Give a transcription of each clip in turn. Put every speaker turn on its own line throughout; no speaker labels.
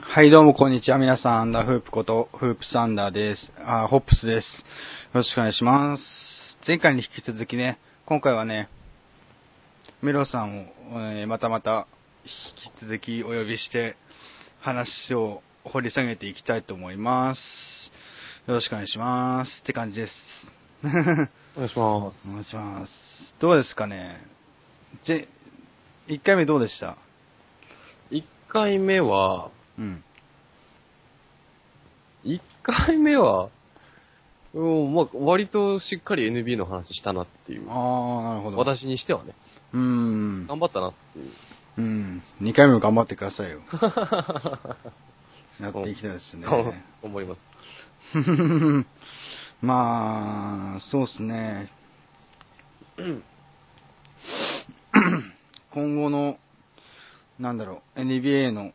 はい、どうも、こんにちは。皆さん、アンダーフープこと、フープサンダーです。あー、ホップスです。よろしくお願いします。前回に引き続きね、今回はね、メロさんを、えーまたまた、引き続きお呼びして、話を掘り下げていきたいと思います。よろしくお願いします。って感じです。
お願いします。
お願いします。どうですかねじ、1回目どうでした
1回目は、
うん。
1回目は、うん、まあ、割としっかり NB の話したなっていう。
あー、なるほど。。
私にしてはね、
うーん。
頑張ったなっていう。
うん。2回目も頑張ってくださいよ。やっていきたいですね。
思います。
まあ、そうですね。 今後の、なんだろう、NBA の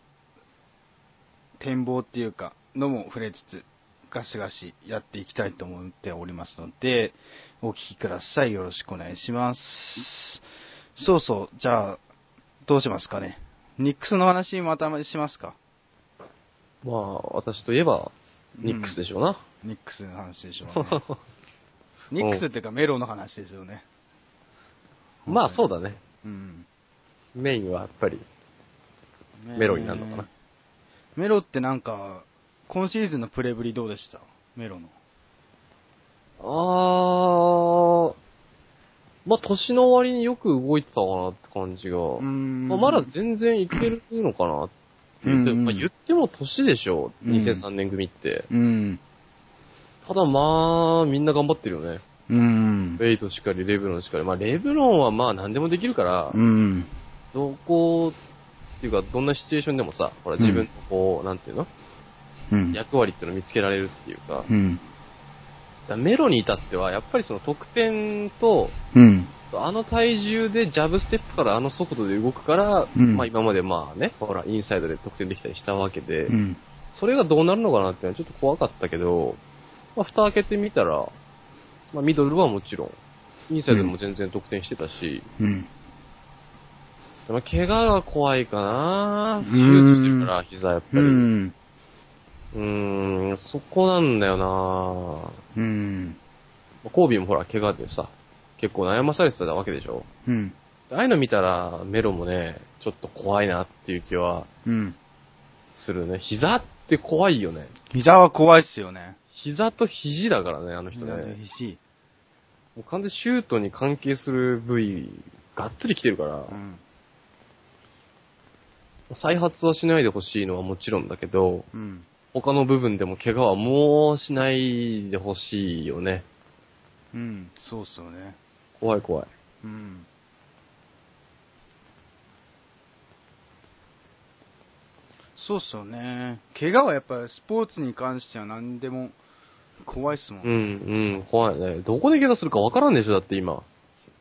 展望っていうか、のも触れつつ、ガシガシやっていきたいと思っておりますので、お聞きください。よろしくお願いします。そうそう、じゃあ、どうしますかね。ニックスの話またしますか。
まあ、私といえば、ニックスでしょうな。
ニックスの話でしょう ね。ニックスっていうかメロの話ですよね。
まあ、そうだね。
うん。
メインはやっぱり、メロになるのかな。
メロってなんか、今シーズンのプレーぶりどうでしたメロの。
あー、まあ、年の終わりによく動いてたかなって感じが。
ん
まあ、まだ全然いけるのかなって言って、
うんうん
まあ、言っても年でしょ、
うん
2003年組って。
うん。
ただまあ、みんな頑張ってるよね。
うん
ウ。ェイトしかり、レブロンしかり。まあ、レブロンはまあ何でもできるから、
うん。
どこっていうか、どんなシチュエーションでもさ、ほら
うん
自分のこう、なんていうの
うん。
役割っていうのを見つけられるっていうか、だか
うん。
らメロに至っては、やっぱりその得点と、
うん。
あの体重でジャブステップからあの速度で動くから、
うん
まあ今までまあね、ほら、インサイドで得点できたりしたわけで、
うん。
それがどうなるのかなっていうのはちょっと怖かったけど、まあ、蓋開けてみたら、まあ、ミドルはもちろん、インサイドも全然得点してたし、
うん。
まあ、怪我が怖いかな
う
手
ん
術してるから、膝やっぱ
う
り。うん
ん。
ーん、そこなんだよなま
うん。
あコービーもほら、怪我でさ、結構悩まされてたわけでしょ
うん。
ああいうの見たら、メロもね、ちょっと怖いなっていう気は
うん。
するね。膝って怖いよね。
膝は怖いっすよね。
膝と肘だからね、あの人
膝と
ね。
肘。
もう完全にシュートに関係する部位、がっつり来てるから、
うん。
再発はしないでほしいのはもちろんだけど、
うん。
他の部分でも怪我はもうしないでほしいよね。
うん。そうっすよね。
怖い怖い。
うん。そうっすよね。怪我はやっぱりスポーツに関しては何でも怖いっすも。
うんん、うん、怖いね。どこで怪我するかわからんでしょ、だって今。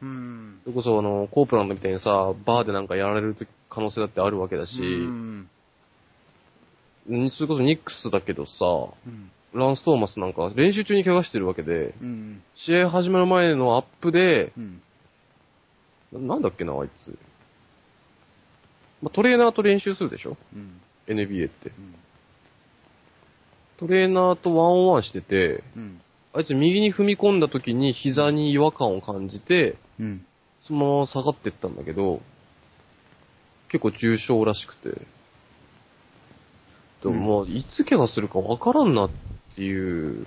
うん。
それこそあの、コープランドみたいにさ、バーでなんかやられる可能性だってあるわけだし、
うん。
うんそれこそニックスだけどさ、
うん。
ランス・トーマスなんか練習中に怪我してるわけで、
うん。
試合始まる前のアップで、
うん。
ななんだっけな、あいつ。まあ、トレーナーと練習するでしょ
うん。
?NBA って。トレーナーとワンオンワンしてて、
うん。
あいつ右に踏み込んだ時に膝に違和感を感じて、
うん。
そのまま下がってったんだけど、結構重傷らしくて。でも、まあ、いつ怪我するかわからんなっていう、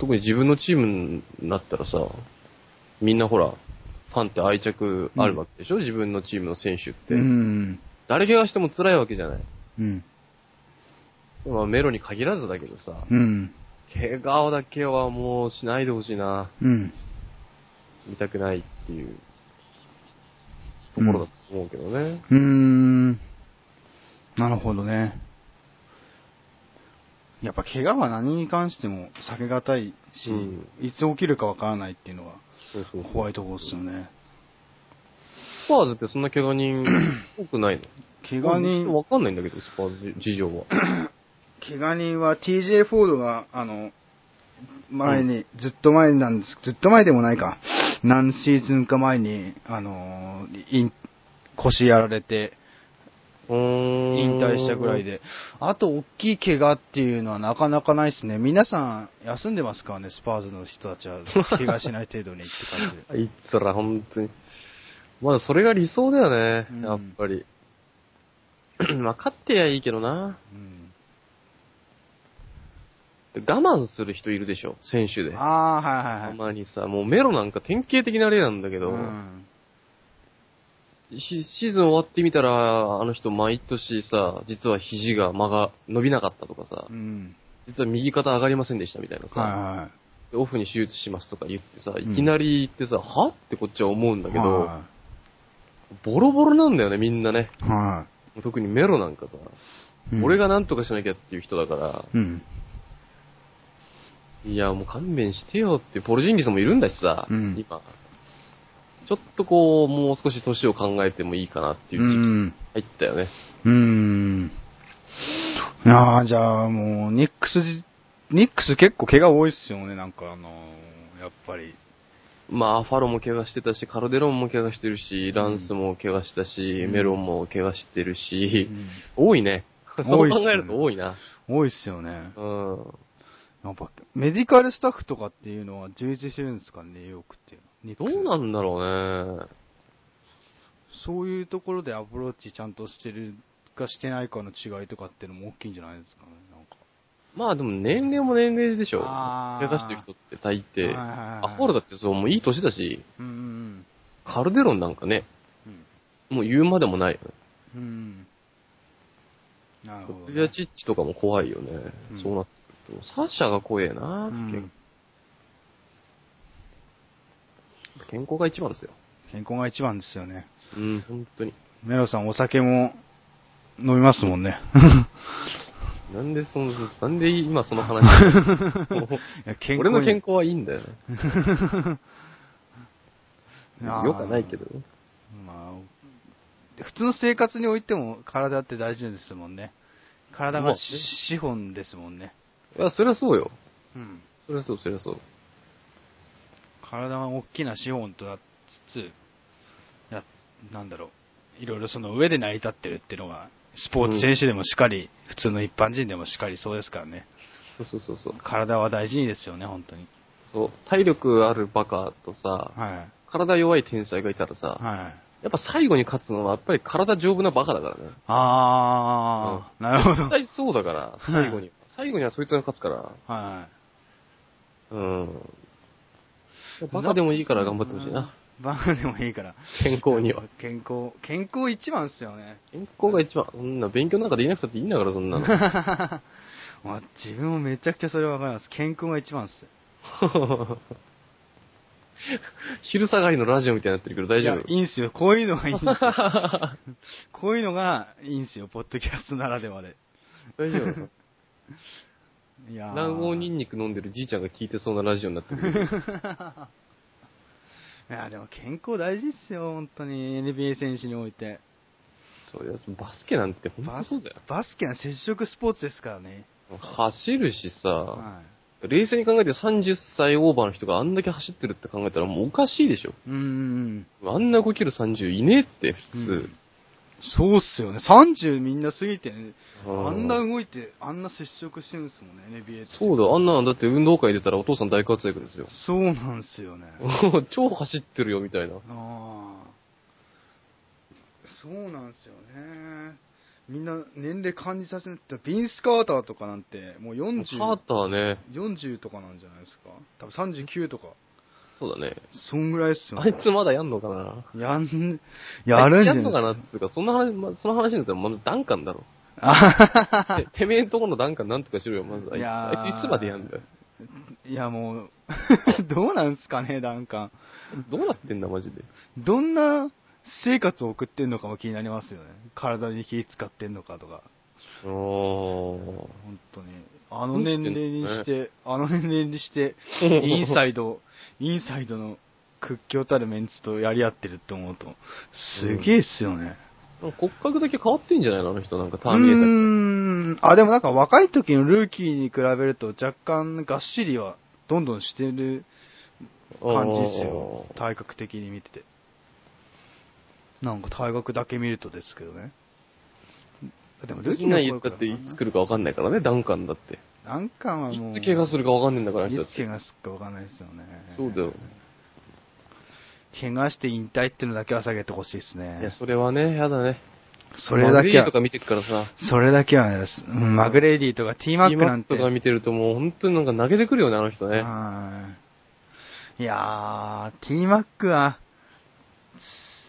特に自分のチームになったらさ、みんなほら、ファンって愛着あるわけでしょ、自分のチームの選手って。
うん。
誰怪我しても辛いわけじゃない。
うん。
まあ、メロに限らずだけどさ、
うん。
怪我だけはもうしないでほしいな。
うん。
見たくないっていうところだと思うけどね。
うーん。なるほどね。やっぱ怪我は何に関しても避けがたいし、
うん
いつ起きるかわからないっていうのは
そうそうそう。
怖いところですよね。
スパーズってそんな怪 我人多くないの
怪我人、
わかんないんだけど、スパーズ事情は。
怪我人は TJ フォードが、あの、前に、ずっと前なんです、ずっと前でもないか。何シーズンか前に、あのー、い腰やられて、
うーん。
引退したぐらい。で。あと、大きい怪我っていうのはなかなかないですね。皆さん、休んでますからね、スパーズの人たちは。怪我しない程度にって感じで。
あいつら、本当に。まだそれが理想だよね
う、ん
やっぱり。 まあ、勝ってりゃいいけどな。
うん
で我慢する人いるでしょ、選手で。
ああ、はいはいは
た
い。
まにさ、もうメロなんか典型的な例なんだけど、
うん
シシーズン終わってみたら、あの人毎年さ、実は肘が間が伸びなかったとかさ
う、ん。
実は右肩上がりませんでしたみたいなさ、
はいはいはい。
でオフに手術しますとか言ってさ、
ん
いきなり言ってさ、はってこっちは思うんだけど、
は
ボロボロなんだよね、みんなね。
いは
特にメロなんかさ、
い。うん
俺、がなんとかしなきゃっていう人だから、
うん。
いや、もう勘弁してよって、ポルジンギスもいるんだしさ、
うん
今。ちょっとこう、もう少し年を考えてもいいかなっていうう時期に
ん。
入ったよね。
うん。ああ、じゃあもう、ニックスじ、ニックス結構怪我多いっすよね、なんかあのー、やっぱり。
まあ、ファロも怪我してたし、カルデロンも怪我してるし、ランスも怪我したし、
うん
メロンも怪我してるし
う、ん
多いね。そ
多
う
いっすね
考えると多いな。
多いっすよね。
うん。
やっぱ、メディカルスタッフとかっていうのは充実してるんですかね、ニューヨークっていうの。ニッ
ど
クス
うなんだろうね。
そういうところでアプローチちゃんとしてるかしてないかの違いとかっていうのも大きいんじゃないですかね、なんか。
まあでも年齢も年齢でしょ。
あ
怪
ー
我してる人って大抵。
はいはいはい
アホールだってそう、もういい年だし、
うんうん
カルデロンなんかね、
うん。
もう言うまでもないよね。
うん。うん。なるほど、
トゥヤチッチとかも怖いよね。
うん
そうなってくると。サッシャが怖えな、
うん
健康が一番ですよ。
健康が一番ですよね。
うん、本当に。
メロさんお酒も飲みますもんね。
なんでその、なんで今その話も う
いや健
俺の健
康
康はいいんだよね。
に あー
よくはないけどね。
まあ、普通の生活においても体って大事ですもんね。体
まあ
が
ね
資本ですもんね。
いや、そりゃそうよ。
うん。
そりゃそう、そりゃそう。
体が大きな資本となりつつ、や、なんだろう、いろいろその上で成り立ってるっていうのが、スポーツ選手でもしっかり、普通の一般人でもしっかりそうですからね。
そうそうそうそう。
体は大事にですよね、本当に。
そう、体力あるバカとさ、
はい。
体弱い天才がいたらさ、
はい。
やっぱ最後に勝つのは、やっぱり体丈夫なバカだからね。
あー、なるほ ど。
絶
はい。
対そうだから、最後に。最後にはそいつが勝つから、うん。バカでもいいから頑張ってほしいな。
バカでもいいから。
健康には。
健康、健康一番っすよね。
健康が一番、そんな勉強なんかできなくたっていいんだから、そんなの。
まあ自分もめちゃくちゃそれわかります。健康が一番っす。
昼下がりのラジオみたいになってるけど大丈
いや、いいんすよ。こういうのがいいんです よ。こういうのがいいんですよ、ポッドキャストならではで。
夫大丈 夫
いやー
卵黄ニンニク飲んでるじいちゃんが聞いてそうなラジオになってくる。
いや、でも健康大事っすよ、本当に。NBA 選手において。
そういやバスケなんて本当
バス
そうだよ。
バスケは接触スポーツですからね。
走るしさ、
は
冷静に考えて30歳オーバーの人があんだけ走ってるって考えたらもうおかしいでしょ。
い。うーん。
あんな5キロ30いねえって、普
う
通
ん。そうっすよね。30みんな過ぎてね、
うん
あんな動いて、あんな接触してるんですもんね、NBA って。
そうだ、あんな、だって運動会出たらお父さん大活躍ですよ。
そうなんすよね。
超走ってるよ、みたいな。
ああ。そうなんですよね。みんな年齢感じさせないって、ビンス・カーターとかなんて、もう
カー
40、
ターね、
40とかなんじゃないですか。多分39とか。
そうだね。
そんぐらいっすよ
あ
ね
い。つまだやんのかな
やん、やるんじゃ
あいつやんのか
ない
なっていうか、そんな話、ま、その話になったらまずダンカン だろ。
あははは
ててめえんとこのダンカンなんとかしろよ、まず。あい
い
つ、
やー
あいついつまでやんだよ。
いや、もう、 どうなんすかね、ダンカン。
どうなってんだ、マジで。
どんな生活を送ってんのかも気になりますよね。体に気使ってんのかとか。
お
本当に。あの年齢にして、あの年齢にして、
ー。
インサイド、インサイドの屈強たるメンツとやり合ってるって思うと、すげえっすよね。
骨格だけ変わってんじゃないのあの人、なんかタ
うー
ーミネー
ん。あ、でもなんか若い時のルーキーに比べると若干がっしりはどんどんしてる
ター。
感じっすよ
あ。ー
体格的に見てて。なんか体格だけ見るとですけどね。でもル
ル
キ
キ
の
ナ
声
言ったって
から
いつ来るかわかんないからね、ダンカンだって。
ダンカンはもう、
いつ怪我するかわかんないんだから、あの人
い
た
つ
ち。
怪我するかわかんないですよね。
そうだよ。
怪我して引退っていうのだけは下げてほしいです
いや、
ね。
それはね、やだね。
それだけ
マグリーと
は、
か見てくからさ、
それだけはね、うんマグレーディとかティーマックなんて。
とか見てるともう本当になんか投げてくるよね、あの人ね。
はい。いやー、ティーマックは、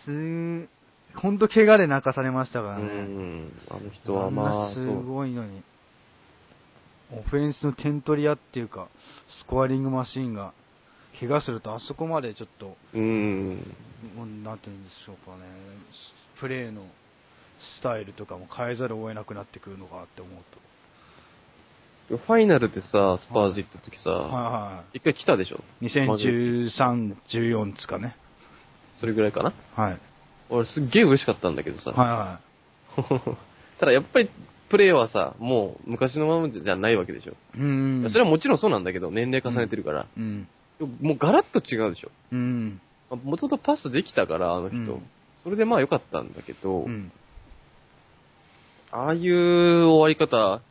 すー、ほんと怪我で泣かされましたから
う
ね。
ん。あの人
あ
は
ん
ま
な
あ、そ
す
う。
ごいのに。オフェンスの点取り屋っていうか、スコアリングマシーンが、怪我するとあそこまでちょっと、
うん。
もうなんて言うんでしょうかね、プレーのスタイルとかも変えざるを得なくなってくるのかって思う
ファイナルでさ、スパーズ行った時さ、
と。は
一回来たでしょ
いはい。2013、14ですかね。
それぐらいかな
はい。はい
俺すっげえ嬉しかったんだけどさ。
は
ただやっぱり、プレーはさ、もう昔のままじゃないわけでしょ。
い。うん。
それはもちろんそうなんだけど、年齢重ねてるから。
うん。
もうガラッと違うでしょ。
うん。
もともとパスできたから、あの人。
うん
それでまあ良かったんだけど、
うん。
ああいう終わり方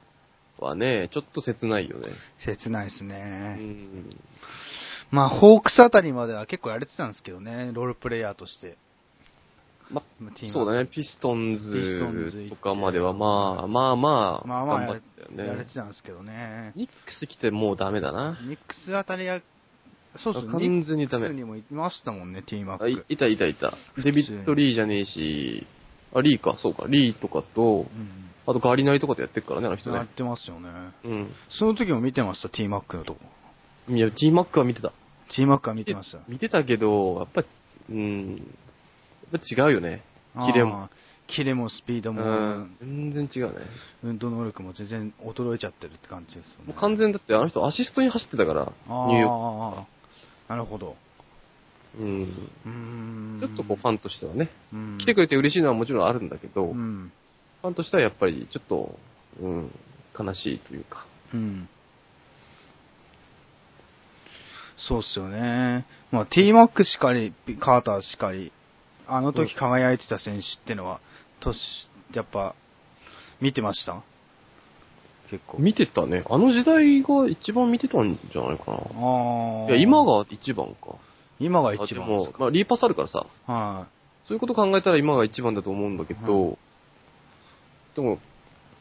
はね、ちょっと切ないよね。
切ないです
う
ね。
ん。
まあ、ホークスあたりまでは結構やれてたんですけどね、ロールプレイヤーとして。
ま
チーム
そうだね、ピストン
ピストンズ行
ズ
って
とかまではまあ、まあまあ、
まあまあ
頑張ったよね。
やれてたんですけどね。
ニックス来てもうダメだな。
ミックスあたりが、そうそう、
完全にダ
ニック
メ
スにもいましたもんね、ティーマッ
あい
ク。
いたいたいた。デビッド・リーじゃねえし、あ、リーか、そうか、リーとかと、
うん。
あとガリナリとかとやってるからね、あの人
やっ
ね。
てますよね。
うん。
その時も見てました、ティーマックのとこ。
いや、T マックは見てた。
ティーマックは見てました。
見てたけど、やっぱ、うん、やっぱ違うよね。キレも。
あー。キレもスピード
う
も、
ん、全然違うね。
運動能力も全然衰えちゃってるって感じですよね。
もう完全にだってあの人アシストに走ってたから、ニューヨー
ああ、なるほど。
ク。うん。
うーん。
ちょっとこうファンとしてはね、
うん、
来てくれて嬉しいのはもちろんあるんだけど、
う
フ
ん。
ァンとしてはやっぱりちょっと、うん、悲しいというか。
うん。そうっすよね。まあ、ティーマックしかり、カーターしかり、あの時輝いてた選手ってのは、年、やっぱ、見てました結構。
見てたね。あの時代が一番見てたんじゃないかな。
ああ。
いや、今。が一番か。
今が
あ
一
で
番です
も
か。
まあ、リーパスあるからさ、
は
そういうこと考えたら今が一番だと思うんだけど、でも、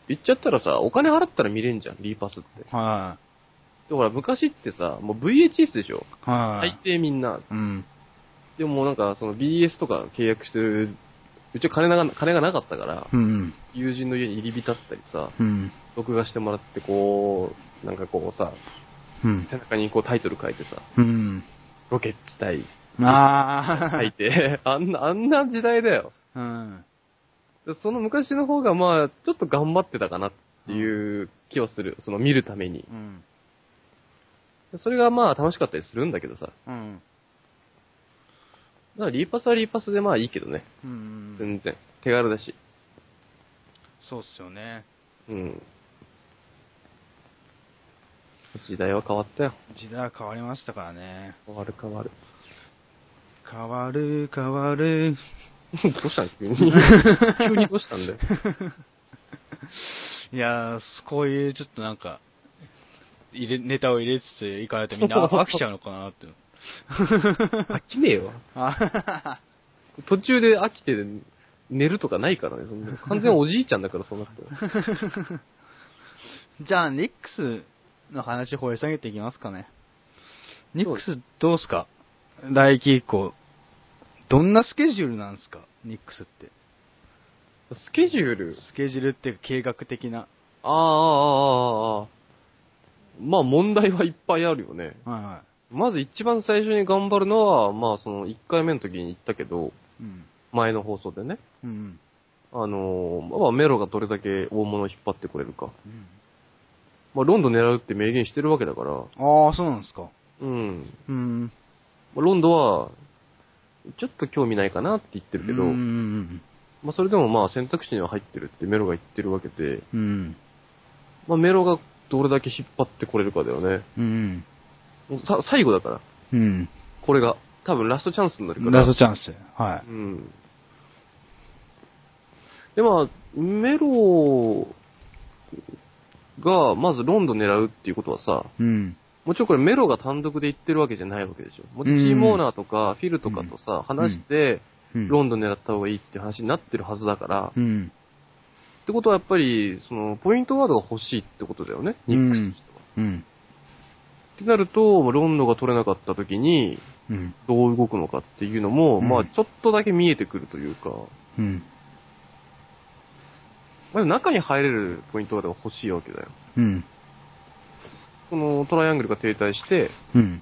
言っちゃったらさ、お金払ったら見れんじゃん、リーパスって。
い。は
で、ほら、昔ってさ、もう VHS でしょ
い。は
大
い。
抵みんな。
うん。
でももうなんか、その BS とか契約してる、うちは金な金がなかったから、
うん。
友人の家に入り浸ったりさ、
うん。
録画してもらって、こう、なんかこうさ、
うん。
背中にこうタイトル書いてさ、
うん。
ロケッツ対
ああ。
書い。て、 あんな、あんな時代だよ。
うん。
その昔の方がまあ、ちょっと頑張ってたかなっていう気はする。その見るために。
うん。
それがまあ楽しかったりするんだけどさ。だか
うん。
らリーパスはリーパスでまあいいけどね。
うん。
全然。手軽だし。
そうっすよね。
うん。時代は変わったよ。
時代は変わりましたからね。
変わる変わる。
変わる、変わる。
どうしたん急 に。急にどうしたんだよ。
いやー、こういうちょっとなんか、入れ、ネタを入れつつ行かれてみん な飽きちゃうのかなって。
飽きねえわ。
あ
途中で飽きて寝るとかないからね。そんな完全おじいちゃんだから、そんなこと。
じゃあ、ニックスの話掘り下げていきますかね。ニックスどうすか来季以降。どんなスケジュールなんですかニックスって。
スケジュール
スケジュールっていうか計画的な。
ああ、ああ、ああ、ああ。まあ問題はいっぱいあるよね。
はいは
まず一番最初に頑張るのは、まあその1回目の時に言ったけど、
い。うん。
前の放送でね。
うん。
あのーまあメロがどれだけ大物を引っ張ってこれるか。
うん、
まあロンドン狙うって明言してるわけだから、
ああ、そうなんですか。
うん。
うん。
まあロンドンは、ちょっと興味ないかなって言ってるけど、
うんうん
まあそれでもまあ選択肢には入ってるってメロが言ってるわけで、
うん。うん。
まあメロがどれだけ引っ張ってこれるかだよね。
うん。
もうさ最後だから、
うん。
これが。多分ラストチャンスになるから。
ラストチャンス。は
うん。で、まあ、メロが、まずロンドン狙うっていうことはさ、
うん。
もちろんこれメロが単独で行ってるわけじゃないわけでしょ。もうチームオーナーとかフィルとかとさ、話して、
うん。
ロンドン狙った方がいいって話になってるはずだから、っ
うん。
てことはやっぱり、その、ポイントワードが欲しいってことだよね、ニックスとしては。
うん。
ってなると、ロンドンが取れなかった時に、
うん。
どう動くのかっていうのも、
うん
まあちょっとだけ見えてくるというか、
うん。
まあ、中に入れるポイントワードが欲しいわけだよ。
うん。
このトライアングルが停滞して、
うん。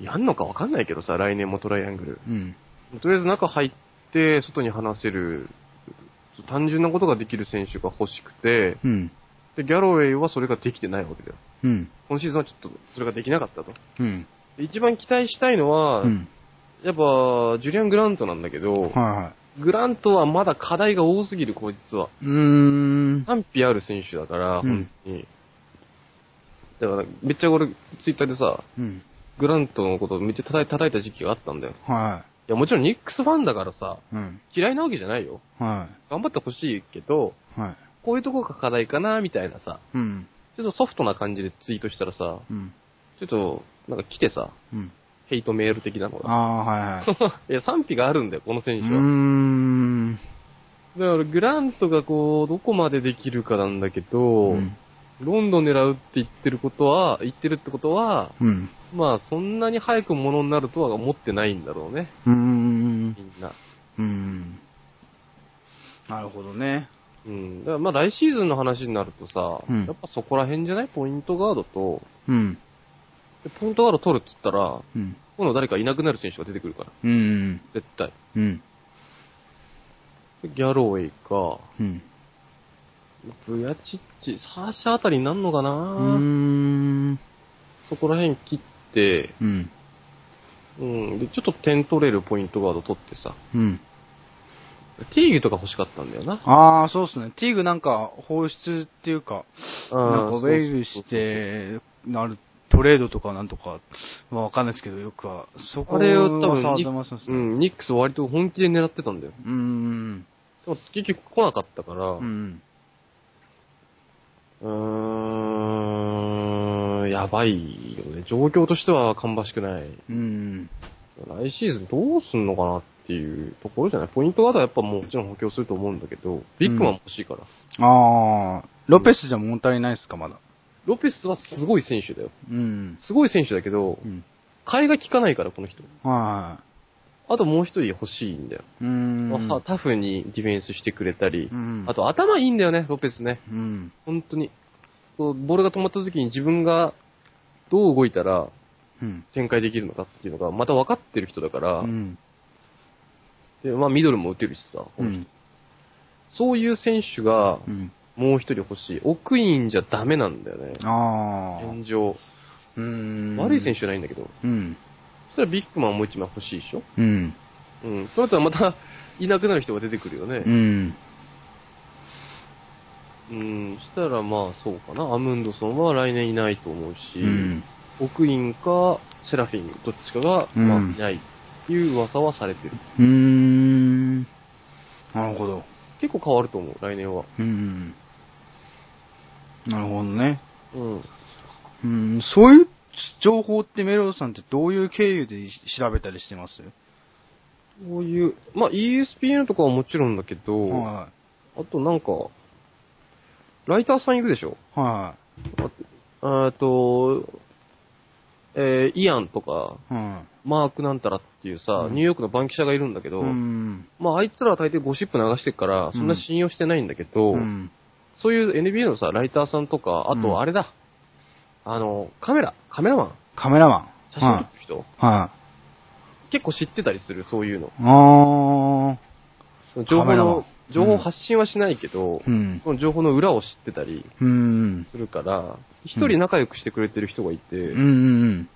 やんのかわかんないけどさ、来年もトライアングル。
うん。
とりあえず中入って、外に話せる、単純なことができる選手が欲しくて、
うん。
でギャロウェイはそれができてないわけだよ。
うん。
今シーズンはちょっとそれができなかったと。
うん。
で一番期待したいのは、
うん。
やっぱ、ジュリアン・グラントなんだけど、
はいは
グラントはまだ課題が多すぎる、こいつは。
い。うーん。
賛否ある選手だから、
うん
本当に。だから、めっちゃ俺、ツイッターでさ、
うん。
グラントのことをめっちゃ叩い叩いた時期があったんだよ。
はい
や、もちろんニックスファンだからさ、
い。うん。
嫌いなわけじゃないよ。
は
頑張ってほしいけど、
い。はい。
こういうとこが課題かな、みたいなさ、
うん。
ちょっとソフトな感じでツイートしたらさ、
うん。
ちょっと、なんか来てさ、
うん。
ヘイトメール的なのが。
ああー、はいはい。
いや、賛否があるんだよ、この選
う
手
ー
は。
ん。
だから、グラントがこう、どこまでできるかなんだけど、
うん
ロンドン狙うって言ってることは、言ってるってことは、
うん。
まあ、そんなに早くものになるとは思ってないんだろうね、
うーん。
みんな。
うん。なるほどね。
うん。だから、まあ、来シーズンの話になるとさ、
うん
やっぱそこら辺じゃないポイントガードと、
うん。
でポイントガード取るって言ったら、
うん。
今度誰かいなくなる選手が出てくるから、
うん。
絶対。
うん。
でギャロウェイか、
うん。
ブヤチッチ、サーシャあたりになんのかな、
うーん。
そこら辺切って、
うん。
うん、で、ちょっと点取れるポイントガード取ってさ、
うん。
ティーギとか欲しかったんだよな。
ああ、そうですね。ティーグなんか放出っていうか、
うん
なんかウェイルし、て、なる、トレードとかなんとか、まあわかんないですけど、よくは、そこ
あれを多分
は
ニ
沢田さんです
そうそうそうう
ね。
ん、ニックス割と本気で狙ってたんだよ。
うーん。
でも結局来なかったから、
う。
うんーん、やばいよね。状況としては芳しくない。
うん。
来シーズンどうすんのかなっていうところじゃないポイントガードはやっぱもちろん補強すると思うんだけど、ビッグマン欲しいから。
ああ、ロペスじゃ物足りないですか、まだ。
ロペスはすごい選手だよ。
うん。
すごい選手だけど
う、ん。
替えが効かないから、この人。
は
あともう一人欲しいんだよ。
い。うーん。
まあタフにディフェンスしてくれたり
う、ん。
あと頭いいんだよね、ロペスね。
うん。
本当に。こうボールが止まった時に自分がどう動いたら
うん。
展開できるのかっていうのが、また分かってる人だから、
うん。
で、まあミドルも打てるしさ、
うん。
そういう選手が
うん。
もう一人欲しい。奥インじゃダメなんだよね。
ああ。
現状。
うーん。
悪い選手じゃないんだけど。
手。うん。
そしたらビッグマンもう一枚欲しいでしょ
うん。
うん。そうなったらまたいなくなる人が出てくるよね。
うん。
うん、したらまあそうかな。アムンドソンは来年いないと思うし、
うん。
奥インかセラフィン、どっちかが、
うん
まあいないっていう噂はされてる。
うーん。なるほど。
結構変わると思う、来年は。
うん。なるほどね。
うん。
うん。そういう情報ってメロさんってどういう経由で調べたりしてます
こういう、まあ ESPN とかはもちろんだけど、
は
あとなんか、ライターさんいるでしょ
い。は
あえっと、えーイアンとか、
い。は
マークなんたらっていうさ、
うん
ニューヨークの番記者がいるんだけ
い。
ど、
うん。
まああいつらは大抵ゴシップ流してるから、そんな信用してないんだけど、
うん。
そういう NBA のさ、ライターさんとか、あ
うん
とあれだ、あの、カメラ、カメラマン、
カメラマン。
写真撮ってる人、
はい。
結構知ってたりする、そういうの。
あ
その情
カ
報
メラマン
の、情報発信はしないけど
ー。、うん。
その情報の裏を知ってたり
うん。
するから、一人仲良くしてくれてる人がいて、
うんうん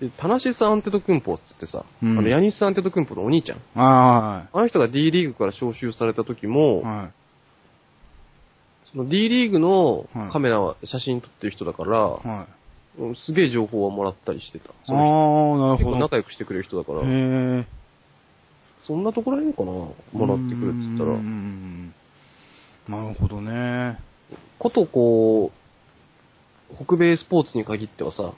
で、タナシス・アンテトクンポっつってさ、
うん
あの、ヤニス・アンテトクンポのお兄ちゃん。
うん。は
あの人が D リーグから招集された時
い。
も、
は
その D リーグの
はい
カメラ、写真撮ってる人だから、
い。はい。
うんすげえ情報はもらったりしてた。
あ
そ
あ
の
ー、なる
人結
ほ
構
ど。
仲良くしてくれる人だから、
へえ。
そんなところへんかなもらってくるっつったら
う。んなるほどね。
ことこう、北米スポーツに限ってはさ、
は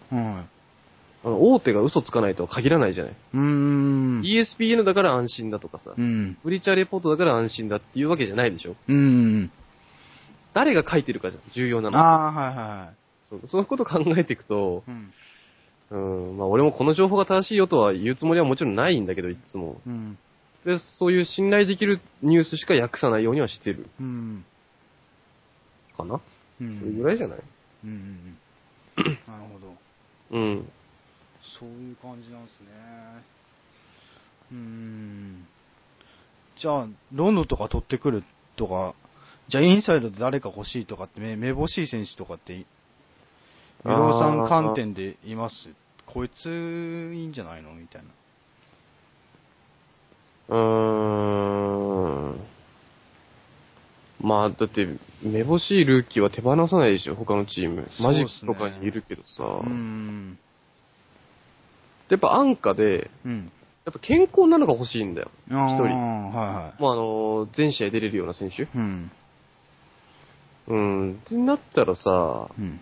あの大手が嘘つかないとは限らないじゃない。
い。うーん。
ESPN だから安心だとかさ
う、ん。
ブリーチャーレポートだから安心だっていうわけじゃないでしょ。
うん。
誰が書いてるかじゃん、重要なの。
ああー、はいはいはい。
そうそういうこと考えていくと、
うん。
うん、まあ俺もこの情報が正しいよとは言うつもりはもちろんないんだけど、いつも。
うん。
で、そういう信頼できるニュースしか訳さないようにはしてる。
うん。
かな
う
それ
ん。
ぐらいじゃない
うんうんうん。なるほど。
うん。
そういう感じなんですね。うーん。じゃあ、ロンドンとか取ってくるとか、じゃあインサイドで誰か欲しいとかって、めめぼしい選手とかって、無郎さん観点でいます。こいつ、いいんじゃないのみたいな。
うーん。まあ、だって、めぼしいルーキーは手放さないでしょ、他のチーム。マジックとかにいるけどさ。
うーん。
やっぱ安価で、
うん。
やっぱ健康なのが欲しいんだよ。
あー
一人
は
まあ、あの、全試合出れるような選手
いはい。うん。
うん。ってなったらさ、
うん。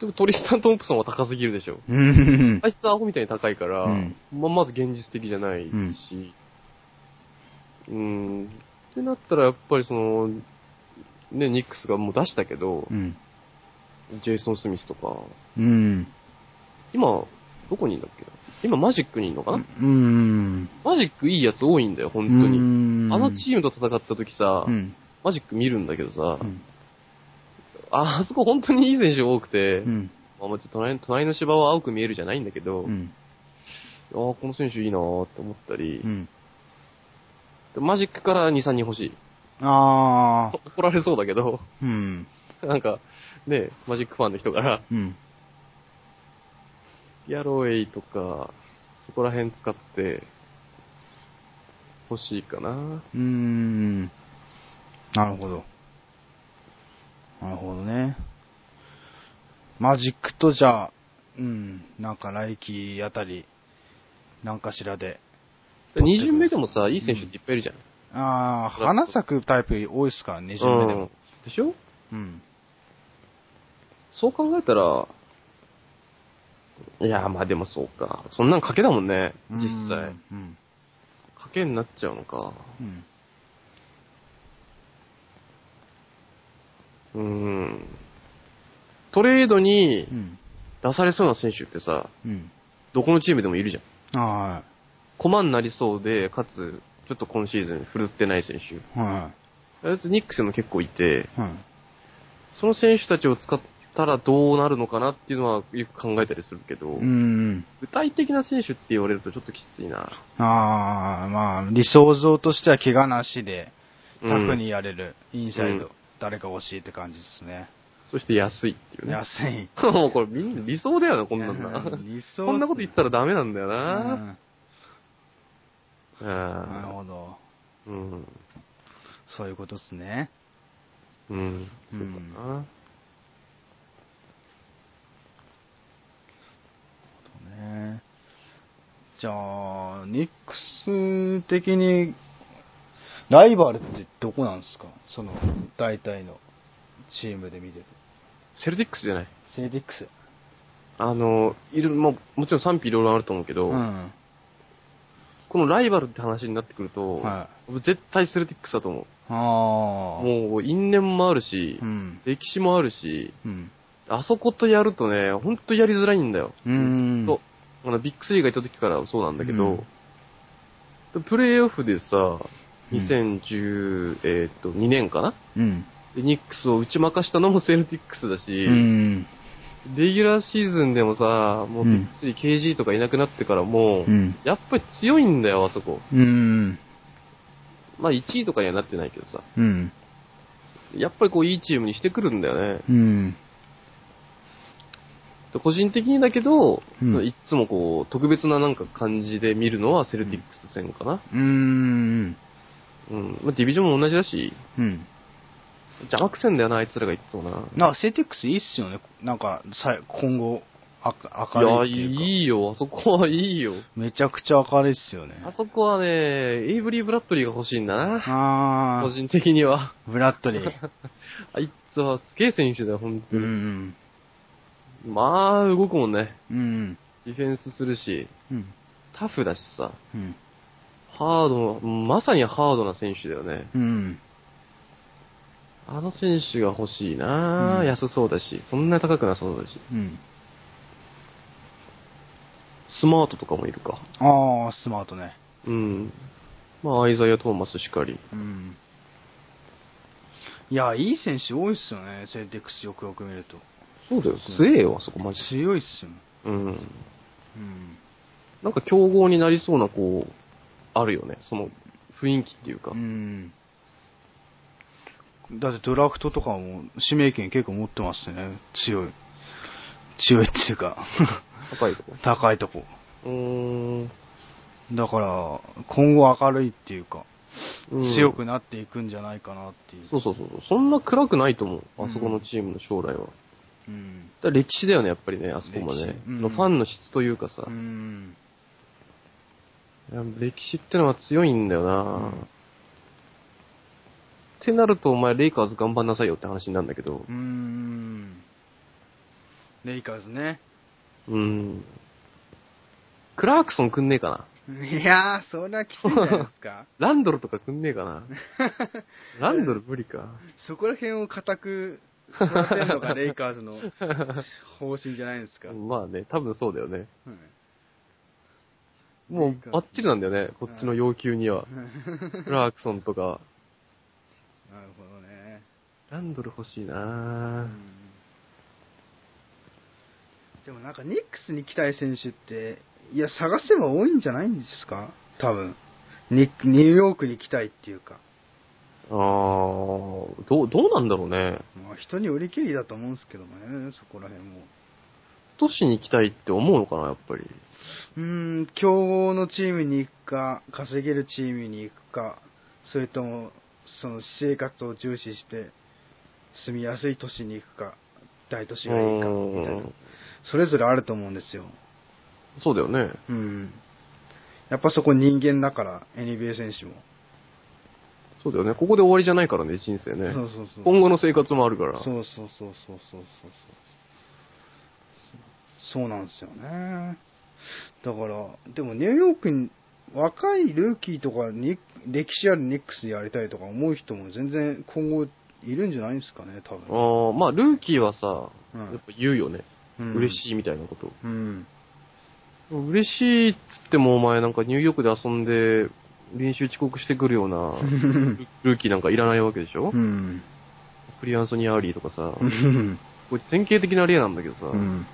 でもトリスタン・トンプソンは高すぎるでしょ。
うん
あ。いつアホみたいに高いから、
うん
ままず現実的じゃないし、うん、ってなったらやっぱりその、ね、ニックスがもう出したけど、
うん。
ジェイソン・スミスとか、
うん。
今、どこにいるんだっけ今マジックにいるのかな、
うん。
マジックいいやつ多いんだよ、本当
う
に。
ん
あのチームと戦った時さ、
うん。
マジック見るんだけどさ、
うん
ああそこ本当にいい選手多くて、
うん。
まあまあちょっと隣の隣の芝は青く見えるじゃないんだけど、
う
あ
ん。
あ、この選手いいなーって思ったり
う、ん。
マジックから2、3人欲しい。
ああ。
怒られそうだけど、
うん。
なんか、ね、マジックファンの人から、
うん。
ヤロウェイとか、そこら辺使って、欲しいかな。
うーん。なるほど。なるほどね。マジックとじゃあ、うん、なんか来季あたり、なんかしらで。
2巡目でもさ、いい選手っていっぱいいるじゃん。
ああ、花咲くタイプ多いっすからね、2巡目で
うん
も。
でしょ
うん。
そう考えたら、いや、まあでもそうか。そんなん賭けだもんね、実際。
うん。
賭けになっちゃうのか。
うん。
うーん。トレードに
うん。
出されそうな選手ってさ、
うん。
どこのチームでもいるじゃん。
は
駒になりそうで、かつ、ちょっと今シーズン振るってない選手。
い。は
あいつニックスにも結構いて、
い。はい。
その選手たちを使ったらどうなるのかなっていうのはよく考えたりするけど、
うん。
具体的な選手って言われるとちょっときついな。
ああ、まあ、理想像としては怪我なしで、
うん
楽にやれる、インサイド、
うん
誰か欲しいって感じですね。
そして安いっていうね。
安い。
もうこれみんな理想だよな、こんなん
いや
な。
理想っすね
こんなこと言ったらダメなんだよ
う
な。
ん
うん
なるほど。
うん。
そういうことですね。
うん。そうだな。
ねじゃあ、ニックス的に、ライバルってどこなんですかその、大体のチームで見てて。
セルティックスじゃない。
セルティックス。
あの、いる、ももちろん賛否いろいろあると思うけ
う
ど、
ん。
このライバルって話になってくると、
は
絶対セルティックスだと思う。
ああ。
もう因縁もあるし、
うん。
歴史もあるし、
うん。
あそことやるとね、ほんとやりづらいんだよ。
うん
ずっとあのビッグスリーがいた時からそうなんだけ
う
ど
ん、
でプレイオフでさ、
うん
2010、えーっと、2年かな
うん。
でニックスを打ち負かしたのもセルティックスだし、
うん。
レギュラーシーズンでもさ、もうビッグスリー、KG とかいなくなってからも、
うん。
やっぱり強いんだよ、あそこ。
うん。
まあ1位とかにはなってないけどさ。
うん。
やっぱりこういいチームにしてくるんだよね。
うん。
で個人的にだけど、
うん
いっつもこう、特別ななんか感じで見るのはセルティックス戦かな。
うん。
うん。まあ、ディビジョンも同じだし、
うん。
邪魔くせんだよな、あいつらがいっつもな。
なんかセルティックスいいっすよね。なんか、さ今後、あ
い
明
や、
るいっていうか
いいよ、あそこはいいよ。
めちゃくちゃ明るいっすよね。
あそこはね、エイブリー・ブラッドリーが欲しいんだな。
あ
個人的には。
ー、ブラッドリー。
あいつはすげえ選手だよ、本
う
当に。
ん
まあ、動くもんね。
うん。うん
ディフェンスするし、
うん。
タフだしさ、
うん。
ハード、まさにハードな選手だよね。
うん。
あの選手が欲しいな、
うん
安そうだし、そんな高くなそうだし。
うん。
スマートとかもいるか。
あー、スマートね。
うん。まあ、アイザイア・トーマスしかり。
うん。いや、いい選手多いっすよね、セルティックスよくよく見ると。
そうだよ、強えよ、あそこマジで。
強いっすよ。
うん。
うん。
なんか競合になりそうな、こう、あるよね。その雰囲気っていうか。
うん。だってドラフトとかも指名権結構持ってますね。強い。強いっていうか、
高いとこ。
高いとこ。
うーん。
だから、今後明るいっていうか、
うん
強くなっていくんじゃないかなっていう。
そうそうそうそう。そんな暗くないと思う。あそこのチームの将来は。だか
うん。
ら歴史だよね、やっぱりね、あそこもね
歴。史うん
のファンの質というかさ
う、ん。
いや歴史ってのは強いんだよな、
うん
ってなると、お前、レイカーズ頑張んなさいよって話になるんだけど
う、ん。レイカーズね。
うん。クラークソンくんねえかない
やー、そりゃきついんじゃないですか。
ランドルとかくんねえかなランドル無理か。
そこら辺を固く育てるのがレイカーズの方針じゃないですか。
まあね、多分そうだよね。
はい
も
レイカー
う、
ズ
バッチリなんだよね、こっちの要求には。クラークソンとか、
なるほどね。
ランドル欲しいな
でもなんかニックスに来たい選手って、いや、探せば多いんじゃないんですか多分。ニックニューヨークに来たいっていうか。
あー、どう、どうなんだろうね。
まあ人に売り切りだと思うんですけどもね、そこら辺も。
都市に行きたいって思うのかな、やっぱり。
うーん、強豪のチームに行くか、稼げるチームに行くか、それとも、その私生活を重視して、住みやすい都市に行くか、大都市がいいか、みたいうな
ーん。
それぞれあると思うんですよ。
そうだよね。
うん。やっぱそこ人間だから、NBA 選手も。
そうだよね。ここで終わりじゃないからね、人生ね。
そうそうそう。
今後の生活もあるから。
そうそうそうそうそうそうそう。そうなんですよね。だから、でもニューヨークに、若いルーキーとかに、歴史あるニックスでやりたいとか思う人も全然今後いるんじゃないんですかね、多
あ
分。
ーまあ、ルーキーはさ、
うん
やっぱ言うよね。
うん、
嬉
い。
しいみたいなこと。
うん。
嬉しいっつっても、お前なんかニューヨークで遊んで、練習遅刻してくるよう な、ルーキーなんかいらないわけでしょ、
うん。
クリアンソニー・アーリーとかさ、
うん。
これ典型的な例なんだけどさ、
うん。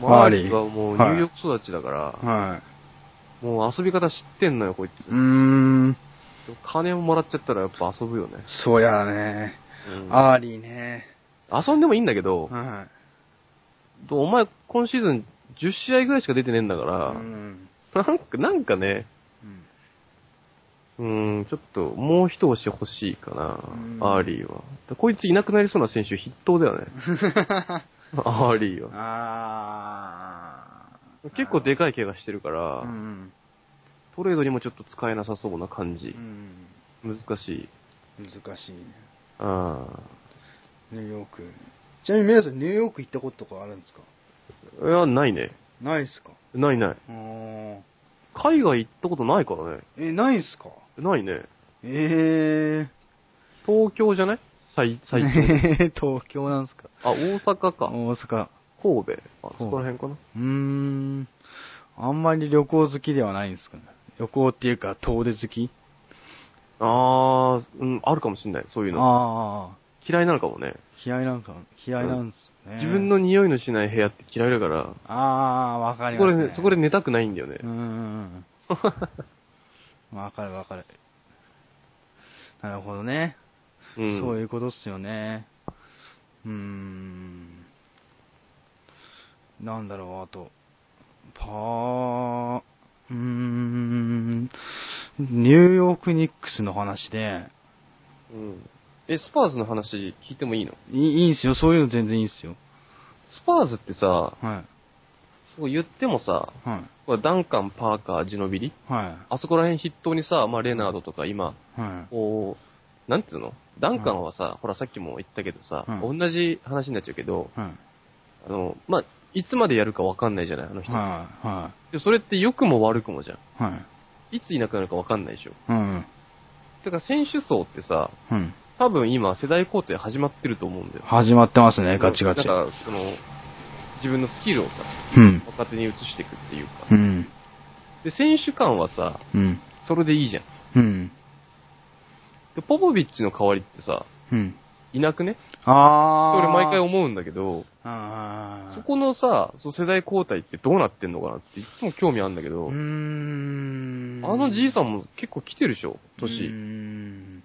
まあ
ア
ア
ー
ー
リー
リーはもうニ
はい
ューヨーク育ちだから、
は
もう遊び方知ってんのよ、こいつ。
い。うーん。
金をもらっちゃったらやっぱ遊ぶよね。
そりゃあね。
うん
アーリーね。
遊んでもいいんだけど、
は
どうお前今シーズン10試合ぐらいしか出てねえんだか
い。
ら、
うん。
なんか、なんかね、
うん
うーん、ちょっと、もう一押し欲しいかな
うん、
アーリーは。だこいついなくなりそうな選手筆頭だよね、 アーリーは。
あー
結構でかい怪我してるから、
うん
トレードにもちょっと使えなさそうな感
う
じ。
ん、
難しい。
難しいね
あ
ニューヨークちなみに皆さんニューヨーク行ったこととかあるんですか
あ。いや、ないね。
ないですか
ないない。
あー
海外行ったことないからね。
えないですか
ないね。
え
東京じゃない最、
え
最近。
東京なんですか
あ、大阪か。
大阪
神戸。あ
神戸、
そこら辺かな。
うーんあんまり旅行好きではないんですかね旅行っていうか遠出好き
あー、うん、あるかもしんない。そういうの。
ああ
嫌いなのかもね。
嫌いなんか嫌いなんですね、
自分の匂いのしない部屋って嫌いだから、
ああわかり
そ
ま
こ
す、
で、
ね、
そこで寝たくないんだよね。
うんうんうん。わかるわかる。なるほどね、
うん。
そういうことっすよね。うーん。なんだろう、あと。パー、うーん。ニューヨークニックスの話で、
うん。え、スパーズの話聞いてもいいの
いいいいんすよ、そういうの全然いいんすよ。
スパーズってさ、
は
そう言ってもさ、
い。はい。
これダンカン、パーカー、ジノビリ
は
あそこら辺筆頭にさ、まあ、レナードとか今、
い。は
こう、なんつうのダンカンはさ、ほらさっきも言ったけどさ、
う
同じ話になっちゃうけど、
い。はい。
あの、まあ、いつまでやるかわかんないじゃない、あの人。
は
でそれって良くも悪くもじゃん。
い。はい。
いついなくなるかわかんないでしょ。
うん。
てか選手層ってさ、
うん。
多分今世代交代始まってると思うんだよ。
始まってますね、ガチガチ。
なんか、その、自分のスキルをさ、
うん。
若手に移していくっていうか。
うん。
で、選手間はさ、
うん。
それでいいじゃん。
うん。
で、ポポビッチの代わりってさ、
うん。
いなくね
あー。
俺毎回思うんだけど、
あー
そこのさ、その世代交代ってどうなってんのかなっていつも興味あるんだけど、
うーん。
あのじいさ
ん、
んも結構来てるでしょ
うー
年。
ん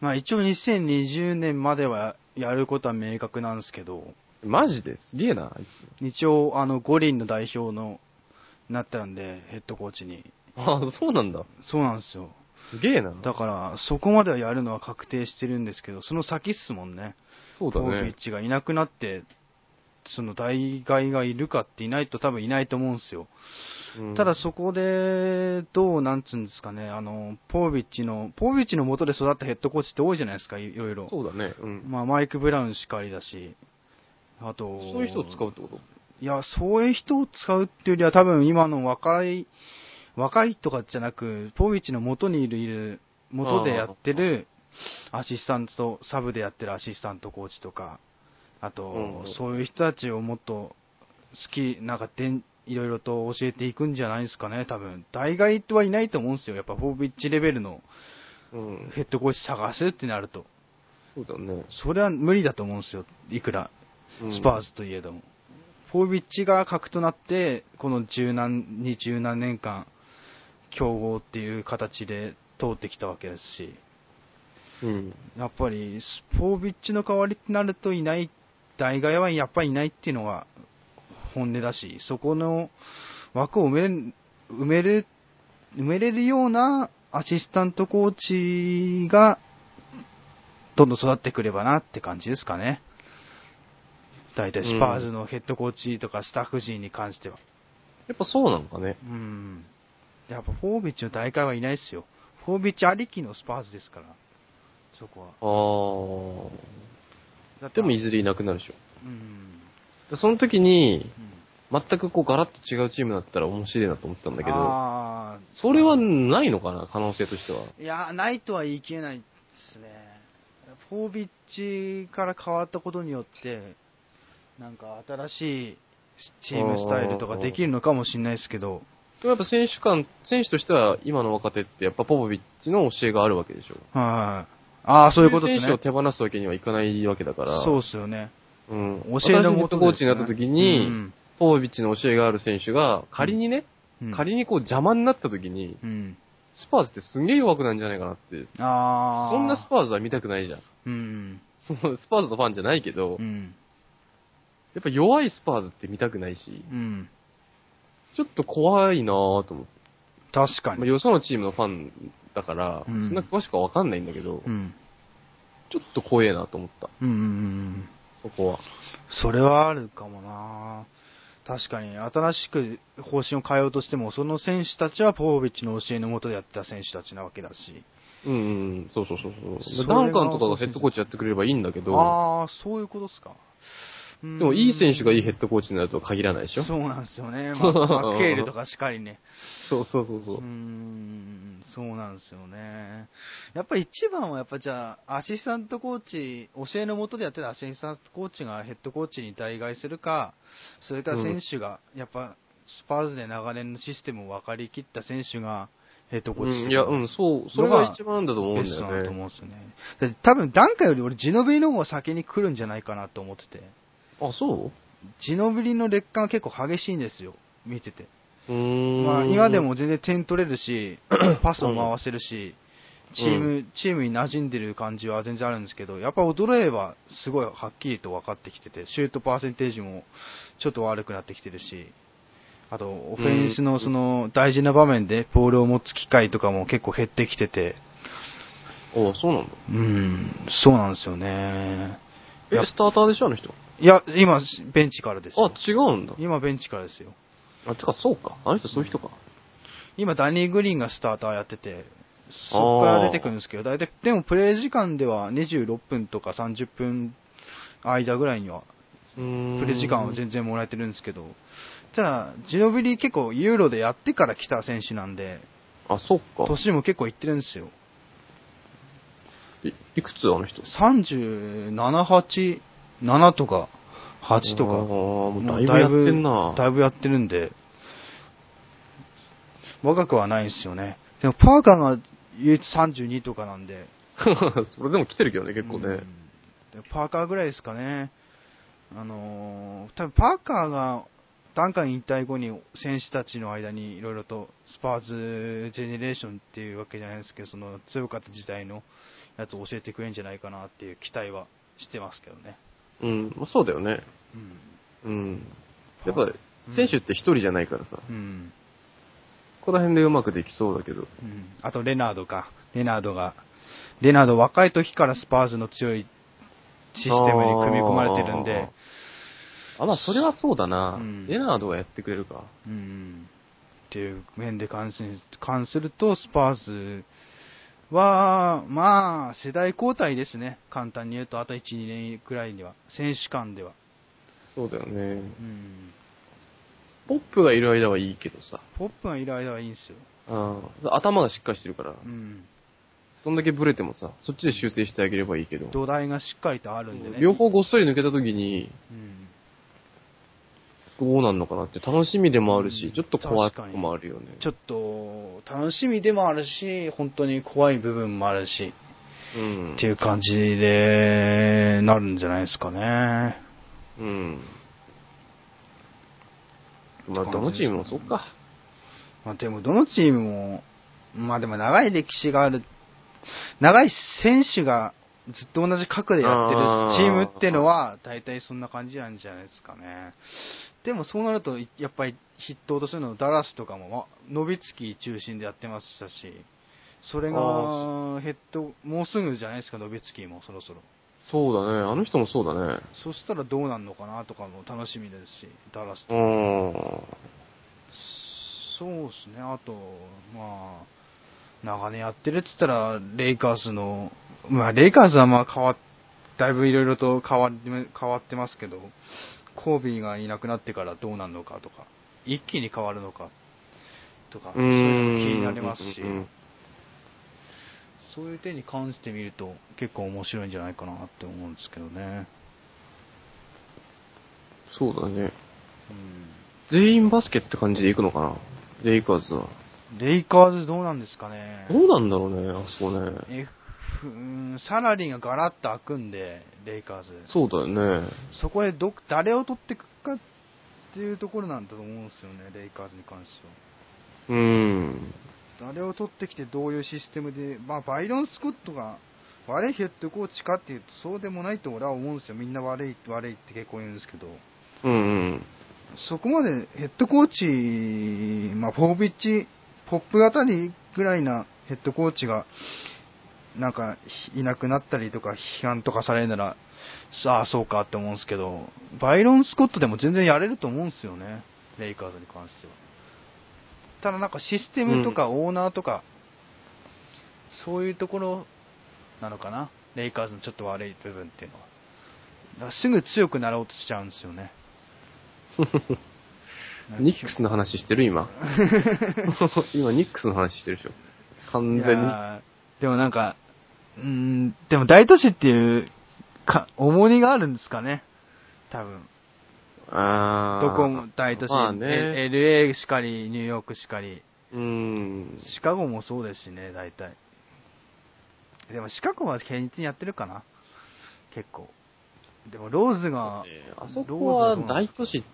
まあ一応2020年まではやることは明確なんですけど、
マジですげえな、あいつ。
一応あの五輪の代表の、なったんで、ヘッドコーチに。
ああ、そうなんだ。
そうなんですよ。
すげえな。
だから、そこまではやるのは確定してるんですけど、その先っすもんね。
そうだ
ポポビ
ね
ッ。チがいなくなって、その代替がいるかっていないと多分いないと思うんですよ。
うん
ただ、そこで、どう、なんつうんですかね、あの、ポービッチの、ポービッチの元で育ったヘッドコーチって多いじゃないですか、いいろいろ。
そうだね。うん。
まあ、マイク・ブラウンしかりだし、あと、
そういう人を使うってこと
いや、そういう人を使うっていうよりは、多分今の若い、若いとかじゃなく、ポービッチの元にいる、いる、元でやってるアシスタント、サブでやってるアシスタントコーチとか、あと、
うん
そういう人たちをもっと好き、なんかでん、いろいろと教えていくんじゃないですかね、多分。大概とはいないと思うんですよ。やっぱ、ポービッチレベルの
うん。
ヘッドコーチ探すってなると。
そうだね。
それは無理だと思うんですよ。いくら
うん
スパーズといえども。フォービッチが核となって、この十何、二十何年間、競合っていう形で通ってきたわけですし、
うん。
やっぱり、スフォービッチの代わりってなるといない、代替はやっぱりいないっていうのが本音だし、そこの枠を埋める、埋める、埋めれるようなアシスタントコーチが、どんどん育ってくればなって感じですかね。大体スパーズのヘッドコーチとかスタッフ陣に関しては。
やっぱそうなのかね。
うん。やっぱフォービッチの大会はいないですよ。フォービッチありきのスパーズですから、そこは。
ああ。
だって
でもいずれいなくなるでしょ。
うん
でその時に、
うん
全くこうガラッと違うチームだったら面白いなと思ったんだけど、
あー
それはないのかな、可能性としては。
いや、ないとは言い切れないですね。フォービッチから変わったことによって、なんか新しいチームスタイルとかできるのかもしれないですけど、
でもやっぱ選手間、選手としては今の若手ってやっぱポポビッチの教えがあるわけでしょ。
はい。ああ、そういうことです
選手
ね
を。手放すわけにはいかないわけだから、
そうですよね。
うん。
教えのもと
私ヘッドコーチになった時に、ポポビッチの教えがある選手が仮にね、仮にこう邪魔になった時に、
に、うん
スパーズってすんげえ弱くなるんじゃないかなって。
ああ、
そんなスパーズは見たくないじゃん。
うん、
スパーズのファンじゃないけど、
う
や
ん、
っぱ弱いスパーズって見たくないし、
うん、
ちょっと怖いなぁと思って。
確か
まあ、
に。
よそのチームのファンだから、
う
そ
ん
んな詳しくはわかんないんだけど、
うん、
ちょっと怖えなと思った。
うん、うん、うん。
そこは。
それはあるかもな確かに、新しく方針を変えようとしても、その選手たちはポービッチの教えのもとでやってた選手たちなわけだし。
うんうん、そうそうそうそ。
そうれが
ダンカンとかがヘッドコーチやってくれればいいんだけど、
ああ、そういうことですか。で
でもいい選手がいいヘ
ッ
ッドコーチになるとは限らないでしょ
そうなんですよね。 まあ、マッケールとかしっかりね。
そうそうそうそう
うーん、そうなんですよね。やっぱり一番は、やっぱじゃあ、アシスタントコーチ、教えのもとでやってるアシスタントコーチがヘッドコーチに代替するか、それから選手が、やっぱ、スパーズで長年のシステムを分かりきった選手がヘッドコーチす
うん、
る
いや、うん、そう、それが一番だと思うん
ベ
だ
スト
よ
だと
ね。
思うんですよね。だって多分、ダンカより俺、ジノベリの方が先に来るんじゃないかなと思ってて、
あ、そう
ジノベリの劣化が結構激しいんですよ、見てて。
うーん。
まあ、今でも全然点取れる し、パスも回せるし、チーム、チームに馴染んでる感じは全然あるんですけど、やっぱ衰えはすごいはっきりと分かってきてて、シュートパーセンテージもちょっと悪くなってきてるし、あと、オフェンスのその大事な場面でボールを持つ機会とかも結構減ってきてて、
おそうなんだ。
うん、そうなんですよね。
え
やっ、
スターターでしょ、あの人。
いや、今、ベンチからですよ
あ、違うんだ。
今、ベンチからですよ。
あ、てかそうか。あの人そういう人か。
今、ダニー・グリーンがスターターやってて、そこから出てくるんですけど、大体、でもプレイ時間では26分とか30分間ぐらいには、
うーん
プレイ時間は全然もらえてるんですけど、ただ、ジノビリ結構ユーロでやってから来た選手なんで、
あ、そうか。
年も結構いってるんですよ。
いいくつあの人
37、8、7とか、8とか。
あーもうだいぶやってんな。
だいぶやってるんで、若くはないんですよね。でも、パーカーが唯一32とかなんで。
それでも来てるけどね、結構
うん
ね。
でパーカーぐらいですかね。あのー多分パーカーが、ダンカン引退後に選手たちの間にいろいろとスパーズジェネレーションっていうわけじゃないですけど、その強かった時代のやつを教えてくれるんじゃないかなっていう期待はしてますけどね。
うん、まあそうだよね。
うん。
うん。やっぱ
う、ん
選手って一人じゃないからさ、
うん。
この辺でうまくできそうだけど。
うんあとレナードか。レナードが。レナード若い時からスパーズの強いシステムに組み込まれてるんで、
あ、まあそれはそうだな。
うん
レナードがやってくれるか。
うん。っていう面で関す関すると、スパーズは、まあ、世代交代ですね。簡単に言うと、あと1、2年くらいには。選手間では。
そうだよね。
うん。
ポップがいる間はいいけどさ。
ポップがいる間はいいんですよ。
うん頭がしっかりしてるから、
うん。
どんだけブレてもさ、そっちで修正してあげればいいけど。
土台がしっかりとあるんでね。
両方ごっそり抜けた時に、
うん。
どうなんのかなって楽しみでもあるし、
うん
ちょっと怖い
確かに
ともあるよね。
ちょっと、楽しみでもあるし、本当に怖い部分もあるし。
うん。
っていう感じで、なるんじゃないですかね。
うん。まあ、どのチームもそっか。
まあ、でも、どのチームも、まあでも長い歴史がある、長い選手がずっと同じ角でやってる
あー
チームってのは、大体そんな感じなんじゃないですかね。でもそうなると、やっぱり筆頭とするのはダラスとかも、まノビツキ中心でやってましたし、それ
あ
がヘッド、もうすぐじゃないですか、ノビツキもそろそろ。
そうだね。あの人もそうだね。
そしたらどうなんのかなとかも楽しみですし、ダラスと
う。ん。
そうですね、あと、まあ、長年やってるって言ったら、レイカーズの、まあ、レイカーズはまあ変わっだいぶいろいろと変わり変わってますけど、コービーがいなくなってからどうなるのかとか、一気に変わるのかとか、そういうのも気になりますし
う、ん
そういう点に関してみると、結構面白いんじゃないかなって思うんですけどね。
そうだね。
うん
全員バスケって感じでいくのかな。レイカーズは。
レイカーズどうなんですかね。
どうなんだろうね、あそこね。
F うんサラリーがガラッと開くんで、レイカーズ。
そうだよね。
そこでど誰を取っていくかっていうところなんだと思うんですよね、レイカーズに関しては。
うん。
誰を取ってきてどういうシステムで、まあ、バイロン・スコットが悪いヘッドコーチかっていうとそうでもないと俺は思うんですよ、みんな悪い悪いって結構言うんですけど、
うんうん。
そこまでヘッドコーチ、まあ、ポービッチ、ポップあたりぐらいなヘッドコーチがなんかいなくなったりとか批判とかされるなら、さあ、そうかって思うんですけど、バイロン・スコットでも全然やれると思うんですよね、レイカーズに関しては。ただなんかシステムとかオーナーとか、そういうところなのかな、レイカーズのちょっと悪い部分っていうのは。だからすぐ強くなろうとしちゃうんですよ ね。
ニックスの話して る今。今、ニックスの話してるでしょ。完
い
全に。
やーでもなんか、うーん、でも大都市っていうか重荷があるんですかね、多分
あー
どこも大都市、
まあね。
え LA しかり、ニューヨークしかり、
うん。
シカゴもそうですしね、大体。でもシカゴは堅実にやってるかな、結構。でもローズが、
えーあそこは大都市って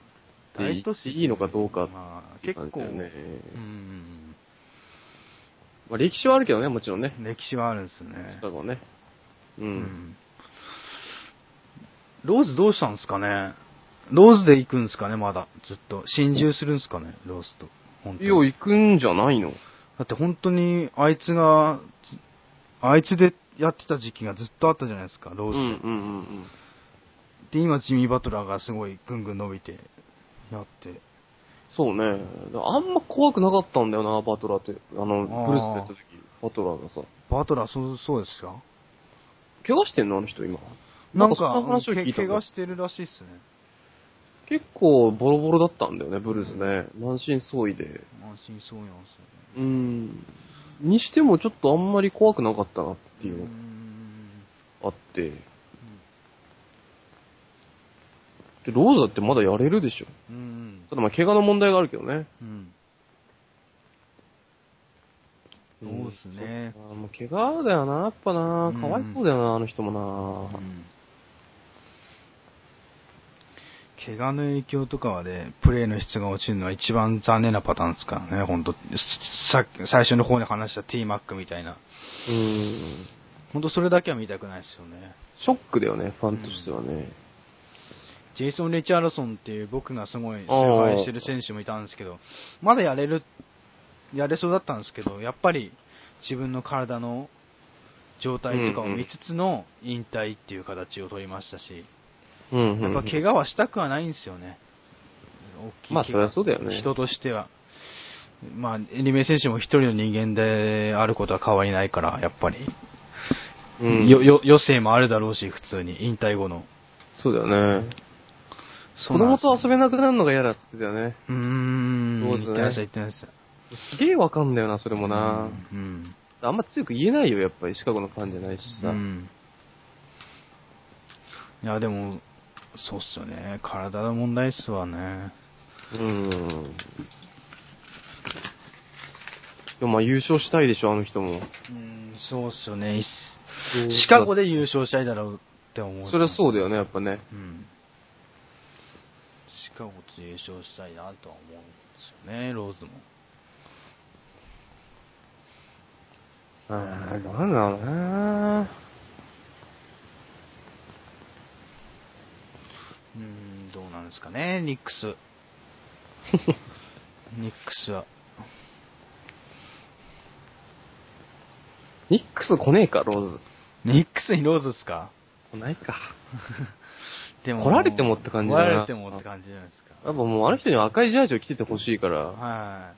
大
言
都
っ
市
ていいのかどうか
ま
っ
あ
てい
結
う感じ
構、
だよね。
うん、
まあ、歴史はあるけどね、もちろんね。
歴史はあるんですよね
シ。カゴはね。う。
うんんローズどうしたんですかねローズで行くんですかねまだ。ずっと。心中するんですかねローズと。本当
い
に
や、行くんじゃないの
だって本当に、あいつが、ずあいつでやってた時期がずっとあったじゃないですか、ロー
うん
ズ。
うんうんうん。
で、今、ジミー・バトラーがすごいぐんぐん伸びて、やって。
そうね。あんま怖くなかったんだよな、バトラーって。あの、
あー
ブルースとやった時、バトラーがさ。
バトラー、そう、そうですか
怪我してんのあの人今。
なん
そ
か、
んな話を聞
け
いた
怪
んだよ
我してるらしいっすね。
結構ボロボロだったんだよね、ブルースね。満身創痍で。
安心そうなんですよね。
うん。にしてもちょっとあんまり怖くなかったなっていう
ー
の
ん
があって。で、ローズだってまだやれるでしょ。
うん。
ただまあ怪我の問題があるけどね。
うん。そうですね。
あーもう怪我だよな、やっぱな。
うん
かわいそうだよな、あの人も
う
な。
ん怪我の影響とかはね、プレーの質が落ちるのは一番残念なパターンですからね、本当さっき最初の方に話した T マックみたいな。
うん。
本当それだけは見たくないですよね。
ショックだよね、ファンとしてはね。
ジェイソン・リチャードソンっていう僕がすごい崇拝してる選手もいたんですけど、まだやれる、やれそうだったんですけど、やっぱり自分の体の状態とかを見つつの引退っていう形を取りましたし、
うん、うん
やっぱ怪我はしたくはないんですよね。大きい怪我
まあそりゃそうだよね
人としては。まあ、エリメイ選手も一人の人間であることは変わりないから、やっぱり。
うん
よ、よ、余生もあるだろうし、普通に、引退後の。
そうだよね。
そう
子
なん
供
です
と遊べなくなるのが嫌だっつってたよね。
うーん。
そうです
言ってま
ね
した、言ってました。
すげえわかんだよな、それもな。
うん。
あんま強く言えないよ、やっぱりシカゴのファンじゃないし
う
さ。
ん。いや、でも、そうっすよね。体の問題っすわね。
うん。でもまあ優勝したいでしょ、あの人も。
うん、そうっすよね。いっシカゴで優勝したいだろうって思う。
そりゃそうだよね、やっぱね。
うん。シカゴと優勝したいなとは思うんですよね、ローズも。
ああ、なんだろうな
うん、どうなんですかね、ニックス。ニックスは。
ニックス来ねえか、ローズ。
ニックスにローズっすか
来ないか。
でも。
来られてもって感じだ
来
な
られてもって感じじゃないです
やっぱもうあの人には赤いジャージを着ててほしい
か。
から、
は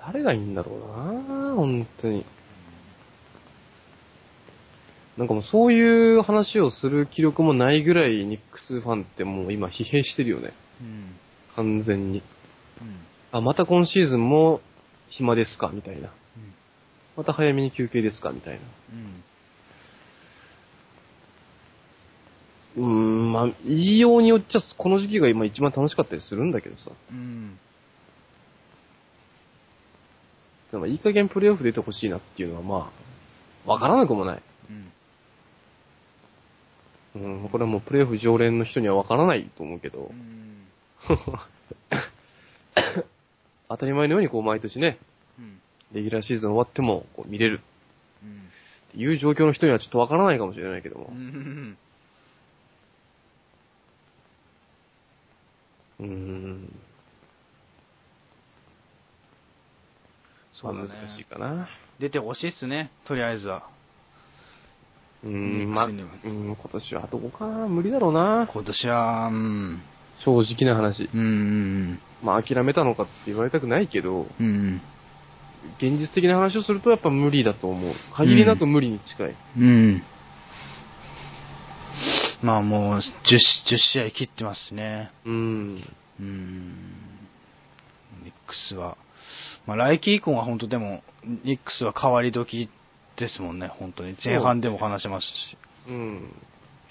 誰がいいんだろうな本当に。なんかもうそういう話をする気力もないぐらいニックスファンってもう今疲弊してるよね。
い。うん。
完全に。
うん。
あ、また今シーズンも暇ですかみたいな。
うん
また早めに休憩ですかみたいな。
うん。
うーん、まあ、言いようによっちゃこの時期が今一番楽しかったりするんだけどさ。
うん。
でもいい加減プレイオフ出てほしいなっていうのはまあ、わからなくもない。
うん。
うん、これはもうプレイオフ常連の人にはわからないと思うけ
う。
ど
ん。
当たり前のようにこう毎年ね、
うん。
レギュラーシーズン終わってもこう見れる
うん
っていう状況の人にはちょっとわからないかもしれないけども
う。ん。
うーん。
そうだね
まあ難しいかな。
出てほしいっすね、とりあえずは。
うー
ミックス
ん、まあ、う
には
ん、今年はどこかな無理だろうな。
今年は、うん。
正直な話
う。ん。
まあ諦めたのかって言われたくないけど、
うん。うん。
現実的な話をするとやっぱ無理だと思う。限りなく無理に近い。
うん。まあもう10、10試合切ってますしね。
うん。
うん。ニックスは。まあ来季以降は本当でも、ニックスは変わり時ですもんね、本当に。前半でも話しましたし。
うん。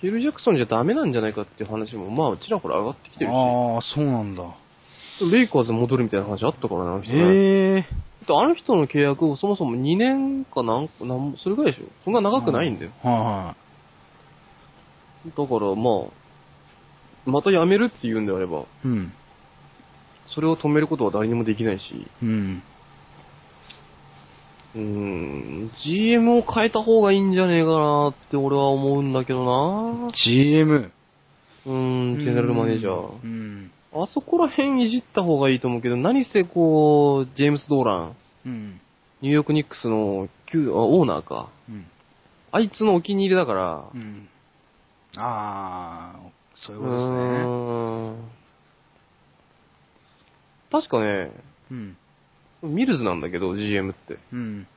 フィル・ジャクソンじゃダメなんじゃないかっていう話も、まあ、ちらほら上がってきてるし、
ああ、そうなんだ。
レイカーズ戻るみたいな話あったからね、あの人ね。
へえ。
だってあの人の契約をそもそも2年かなんなん、それぐらいでしょそんな長くないんだよ。
は
だから、まあ、また辞めるって言うんであれば、
いはい。うん。
それを止めることは誰にもできないし、
うん。
うーん、GM を変えた方がいいんじゃねえかなって俺は思うんだけどな
GM。
うーん、ジェネラルマネージャー。
うん。
あそこら辺いじった方がいいと思うけど、何せこう、ジェームス・ドーラン、
うん。
ニューヨーク・ニックスの旧あオーナーか。
うん。
ああいつのお気に入りだから、
うん。ああ、そういううことですね。
ーん確かね、
うん。
ミルズなんだけど、GM って。
うん。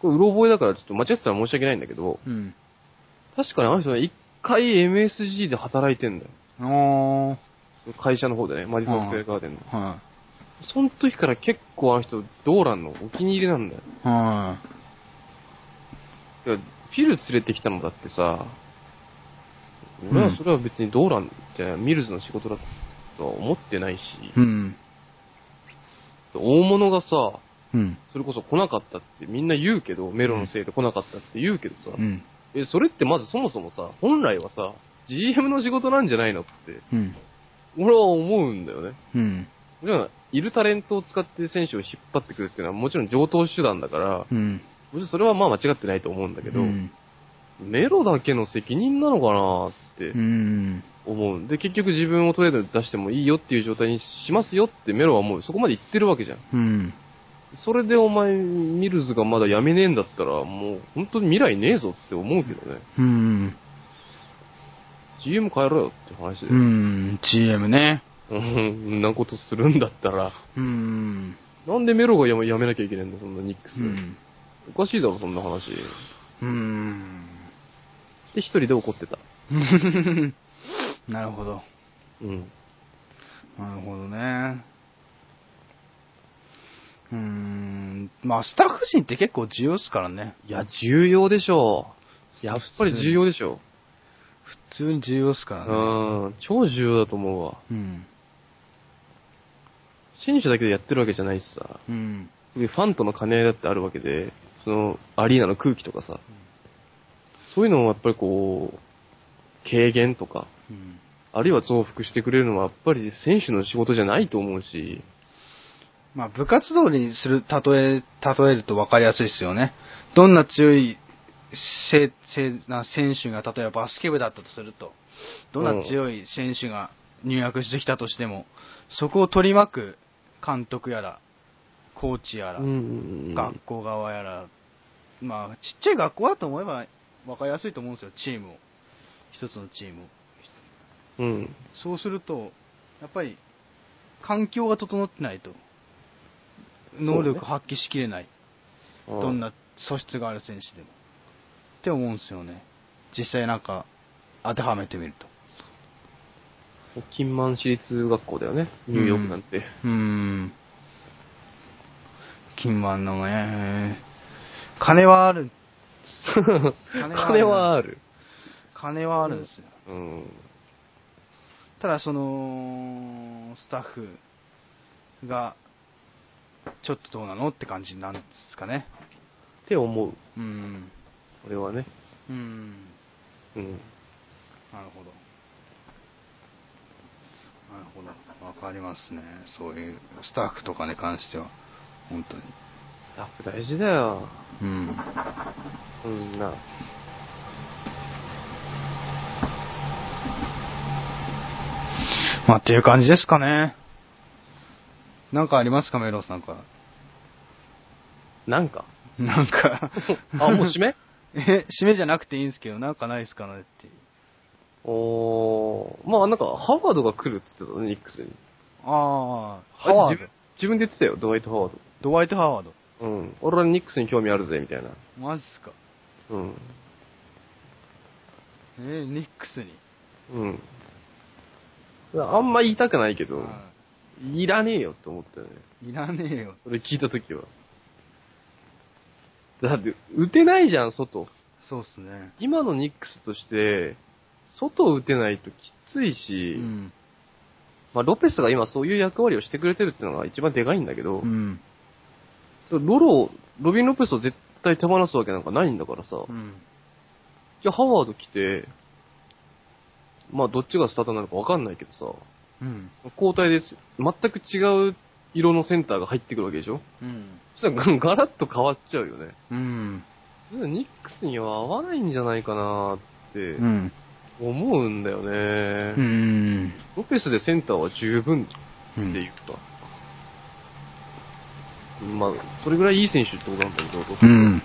これ、うろ覚えだからちょっと間違ってたら申し訳ないんだけど、
うん。
確かにあの人ね、一回 MSG で働いてんだよ。
おー。
会社の方でね、マディソンスクエアガーデンの。
は
その時から結構あの人、ドーランのお気に入りなんだよ。
い。は
だからフィル連れてきたのだってさ、俺はそれは別にドーランってミルズの仕事だとは思ってないし、
い。うん。
大物がさ、
うん。
それこそ来なかったってみんな言うけど、メロのせいで来なかったって言うけどさ、
うん。
え、それってまずそもそもさ、本来はさ、GM の仕事なんじゃないのって、
うん。
俺は思うんだよね。
うん。
じゃあ、いるタレントを使って選手を引っ張ってくるっていうのはもちろん上等手段だから、
うん。
もちろんそれはまあ間違ってないと思うんだけど、
うん。
メロだけの責任なのかなって
うん。
思う。で、結局自分をトレードに出してもいいよっていう状態にしますよってメロはもうそこまで言ってるわけじゃん。
うん。
それでお前、ミルズがまだ辞めねえんだったら、もう本当に未来ねえぞって思うけどね。
うん。
GM 変えろよって話で。
うん。GM ね。
うん、ん なことするんだったら。
うん。
なんでメロが辞め辞めなきゃいけないんだ、そんなニックス。
うん。
おかしいだろ、そんな話。
うん。
で、一人で怒ってた。
なるほど。
うん。
なるほどね。うーん。まあ、スタッフ陣って結構重要ですからね。
いや、重要でしょう。やっぱり重要でしょ
普通に重要ですか
う。
ら
う
ね。
ん、超重要だと思うわ。
うん。
選手だけでやってるわけじゃないしさ。
うん。
ファンとの兼ね合いだってあるわけで、そのアリーナの空気とかさ、そういうのをやっぱりこう、軽減とか、
うん。
あるいは増幅してくれるのはやっぱり選手の仕事じゃないと思うし、
まあ、部活動にする、例え、例えると分かりやすいですよね。どんな強いせせな選手が、例えばバスケ部だったとすると、どんな強い選手が入学してきたとしても、そこを取り巻く監督やら、コーチやら、
ん
学校側やら、まあ、ちっちゃい学校だと思えば分かりやすいと思うんですよ、チームを。一つのチームを。
うん。
そうすると、やっぱり、環境が整ってないと、能力発揮しきれない、どんな素質がある選手でも。って思うんですよね。実際なんか、当てはめてみると。
金満市立学校だよね、ニューヨークなんて。
うーん。金満のね、金はある、
金はある。
金はあるんですよ。
うん。
ただそのスタッフがちょっとどうなのって感じなんですかね
って思う、
うん
俺はね。
うん
うん。
なるほどなるほどわかりますねそういうスタッフとかに関しては本当に
スタッフ大事だよ。
うん
うんな。
まあっていう感じですかねなんかありますかメロさんから
なん か。
なんか
あ、もう締め
え締めじゃなくていいんですけどなんかないですかねっていう
おー、まあなんか、ハワードが来るって言ってたね、ニックスに。
ああハワ
あ
ー
れ
ド
自分自分で言ってたよ、ドワイト・ハワー
ドワイト・ハワード
ド。うん。俺はニックスに興味あるぜ、みたいな。
マジっすか
うん。
えー、ニックスに、
うん。あんま言いたくないけど、
はい
らねえよって思ったよね。
いいらねえよ
俺聞いたときは。だって、打てないじゃん、外。
そうっすね
今のニックスとして、外打てないときついうし、
ん
まあ、ロペスが今そういう役割をしてくれてるってのが一番でかいんだけど、
うん
ロロを、ロビン・ロペスを絶対手放すわけなんかないんだからさ、
うん
じゃあハワード来て、まあどっちがスターターなのかわかんないけどさ、
うん
交代です。全く違う色のセンターが入ってくるわけでしょ
うん
そしたらガラッと変わっちゃうよね。
うん
ニックスには合わないんじゃないかなって
うん
思うんだよね。
うん
ロペスでセンターは十分っていうか。まあ、それぐらいいい選手ってことなんだけど、ロペス
うん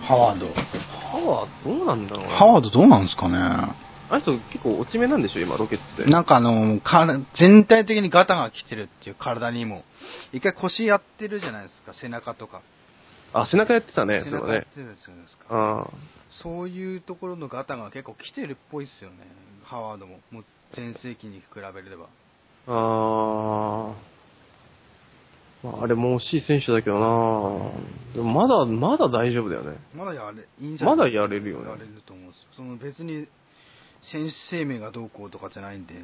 ハワード。
ハワーどうなんだろうな
ハワードどうなんですかね。
あの人結構落ち目なんでしょ、今、ロケッツで。
なんかあの、から全体的にガタが来てるっていう体にも、一回腰やってるじゃないですか、背中とか。
あ、背中やってたね、そ
背
れ
中
は
やっ
ね。
てるじゃないですか。
あ
そういうところのガタが結構来てるっぽいっすよね、ハワードも。もう全盛期に比べれば。
あ。ああ。まあ、あれも惜しい選手だけどなでもまだ、まだ大丈夫だよね。
まだやれ、いいんじゃない
まだやれるよ
やれ
ね。
ると思うんですよ。その別に、選手生命がどうこうとかじゃないんで、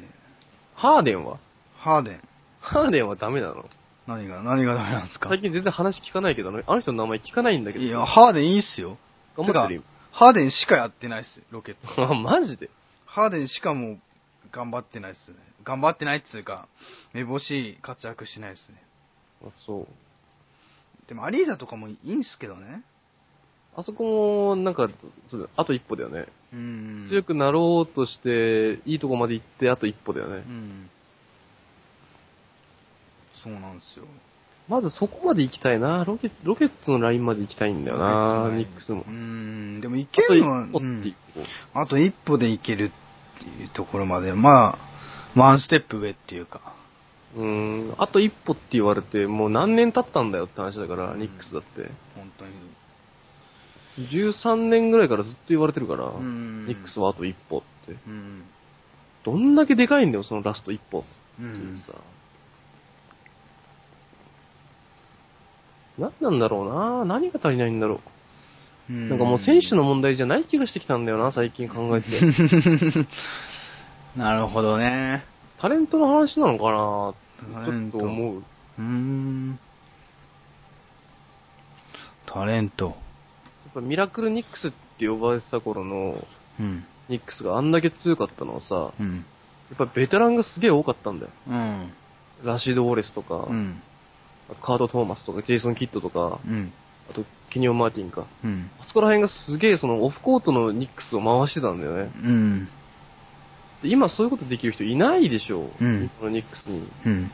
ハーデンは
ハーデン、
ハーデンはダメなの
何が、何がダメなんですか
最近全然話聞かないけど、あのあの人の名前聞かないんだけ
い
ど。
や、ハーデンいいっすよ。
頑張ってる
ハーデンしかやってないっす、ロケット。
今。マジで
ハーデンしかもう頑張ってないっすね。頑張ってないっつうか、めぼしい活躍してないっすね。
あ、そう。
でもアリーザとかもいいんすけどね。
あそこも、なんか、それあと一歩だよね。
うーん。
強くなろうとして、いいとこまで行って、あと一歩だよね
う。ん。そうなんですよ。
まずそこまで行きたいな。ロケロケットのラインまで行きたいんだよな、ニックスも
う。ーん。でもいけ
あと
る
一
のは、う
歩って
ん
一歩。
あと一歩でいけるっていうところまで、まあ、ワンステップ上っていうか。
うーん、あと一歩って言われて、もう何年経ったんだよって話だから、
うん
ニックスだって。
本当に。
13年ぐらいからずっと言われてるから、
ん
ニックスはあと一歩って。
うん。
どんだけでかいんだよ、そのラスト一歩って
う。
いうんさ。何なんだろうな何が足りないんだろう。なんかもう選手の問題じゃない気がしてきたんだよな、最近考えて。
なるほどね。
タレントの話なのかなちょっと思う。
うーん。タレント。
やっぱミラクルニックスって呼ばれてた頃の
うん。
ニックスがあんだけ強かったのはさ、
うん。
やっぱベテランがすげえ多かったんだよ。
うん。
ラシード・ウォレスとか、
うん。
あとカード・トーマスとか、ジェイソン・キッドとか、
うん。
あとケニオン・マーティンか。
うん。
あそこら辺がすげえそのオフコートのニックスを回してたんだよね。
うん。
で今そういうことできる人いないでしょ
うん
このニックスに。
うん。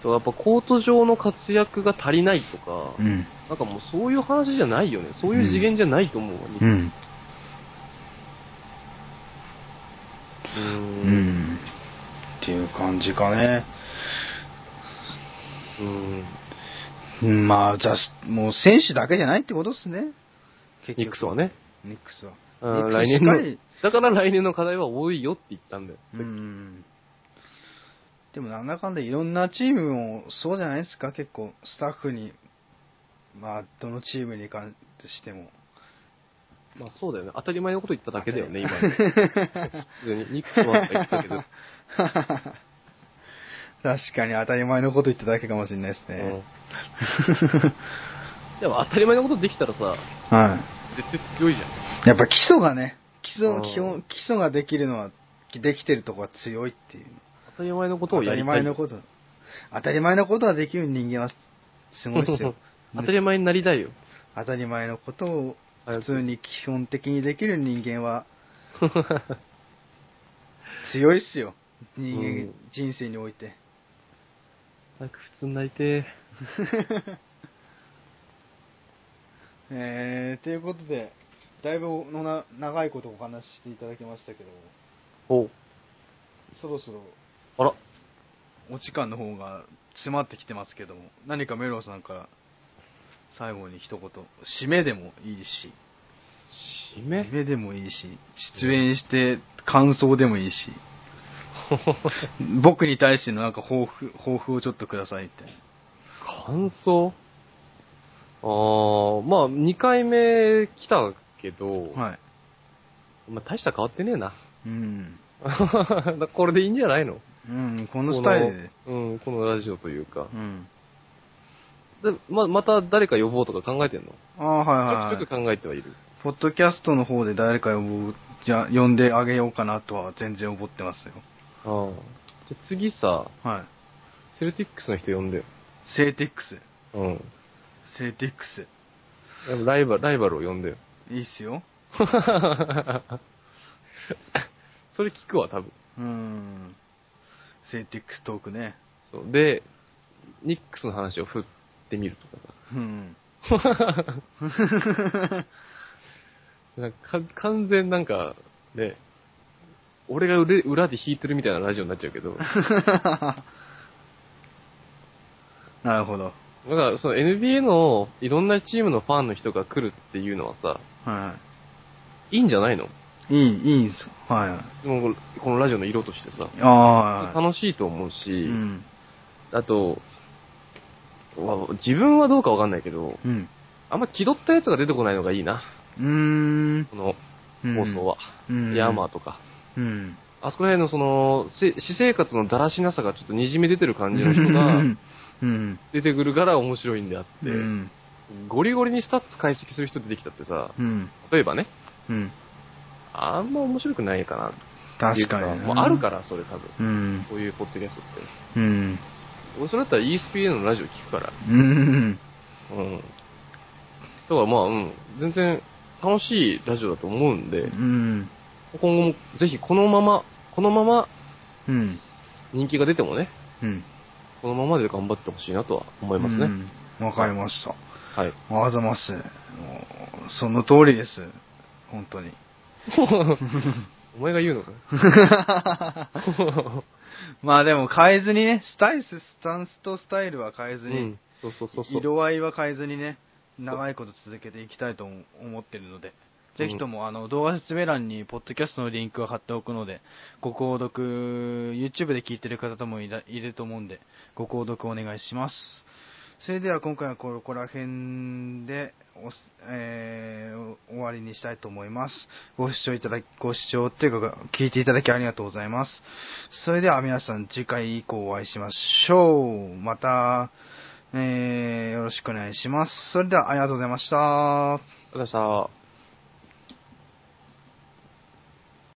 とやっぱコート上の活躍が足りないとか、
うん。
なんかもうそういう話じゃないよね。そういう次元じゃないと思うわ、ニックス。
うん。
うー。
うんん。っていう感じかね。
うん。
うんまあ、じゃあ、もう選手だけじゃないってことですね。結
ニックスは。ね。
ニックスは。
うん
ニックス
来年
しっか
の
り、
だから来年の課題は多いよって言ったんだよ。
うん。でもなんだかんだいろんなチームもそうじゃないですか、結構、スタッフに、まあ、どのチームに関して も。
まあそうだよね。当たり前のこと言っただけだよね、今。普通に。ニックスはって言ったけど。
確かに当たり前のこと言っただけかもしれないですね。
うんでも当たり前のことできたらさ、
は
絶対強いじゃん。
い。やっぱ基礎がね、基礎の基
う
本、
ん
基礎ができるのは、できてるとこは強いっていう。
当たり前のこと
当
をや
たり
りた
前
い。。
のこと。当たり前のことはできる人間はすごいですよ
当たり前になりたいよ。
当たり前のことを普通に基本的にできる人間は強いっすよ人間、
うん
人生において
なんか普通になりて
えー、ということでだいぶのな長いことお話ししていただきましたけど
え。おう
そろそろ
あら。
お時間の方が迫ってきてますけども何かメロさんから最後に一言締めでもいいし
締め
締めでもいいし出演して感想でもいいし僕に対してのなんか抱負、抱負をちょっとくださいみたい
感想あー、まあ2回目来たけど、
な。はい。
まあ大した変わってねえな。
うん。
これでいいんじゃないの
うん、このスタイルで。
このうん、このラジオというか
う。ん。
でままた誰か呼ぼうとか考えてんの
ああ、はい
ちょ
はい、は
く
い
ちょ。く考えてはいる。
ポッドキャストの方で誰か呼ぶ、じゃ、呼んであげようかなとは全然思ってますよ。
ああ。じゃあ次さ、
はい。
セルティックスの人呼んでよ。
セーティックス。
うん。
セーティックス。
でもライバル、ライバルを呼んでよ。
いいっすよ。
それ聞くわ、多分。
うん。セーティックストークね。
そうで、ニックスの話を振っってみるとかさ。
うん。
なんかか完全なんか、ね、俺が裏裏で弾いてるみたいなラジオになっちゃうけど、だか
なるほど。
らその NBA のいろんなチームのファンの人が来るっていうのはさ、
はい
いんじゃないの
い。いい、いいんす。は
でもこのラジオの色としてさ、
い。ああ。
楽しいと思う
う
し、
ん。
あと、わ自分はどうかわかんないけど、
うん。
あんま気取ったやつが出てこないのがいいな、
うーん。
この
うん
放送は。
うん
ヤーマーとか。
うん。
あそこら辺のその、せ私生活のだらしなさがちょっとにじみ出てる感じの人が
うん。
出てくるから面白いんであって、
うん。
ゴリゴリにスタッツ解析する人出てきたってさ、
うん。
例えばね、
うん。
あんま面白くないかなってい
確
うか
かに。
もうあるから、それ多分。
うん。
こういうポッドキャストって。
うん。
俺、それだったら ESPN のラジオ聞くから。
うん。
うん。だからまあ、うん、全然楽しいラジオだと思うんで、
うん。
今後もぜひこのまま、このまま
うん。
人気が出てもね、
うん。
このままで頑張ってほしいなとは思いますね。
うん。わかりました。
はい。
あざます。もうその通りです。本当に。
お前が言う のか
まあでも変えずにね、スタイス、スタンスとスタイルは変え
う
ずに、
ん。そうそうそうそう。
色合いは変えずにね、長いこと続けていきたいと思思ってるので、ぜひともあの動画説明欄にポッドキャストのリンクを貼っておくので、ご購読、YouTube で聞いてる方ともいらいると思うんで、ご購読お願いします。それでは今回はここら辺でおす、えーお終わりにしたいと思います。ご視聴いただき、ご視聴っていうか、聞いていただきありがとうございます。それでは皆さん次回以降お会いしましょう。また、えーよろしくお願いします。それではありがとうございました。
ありがとうございました。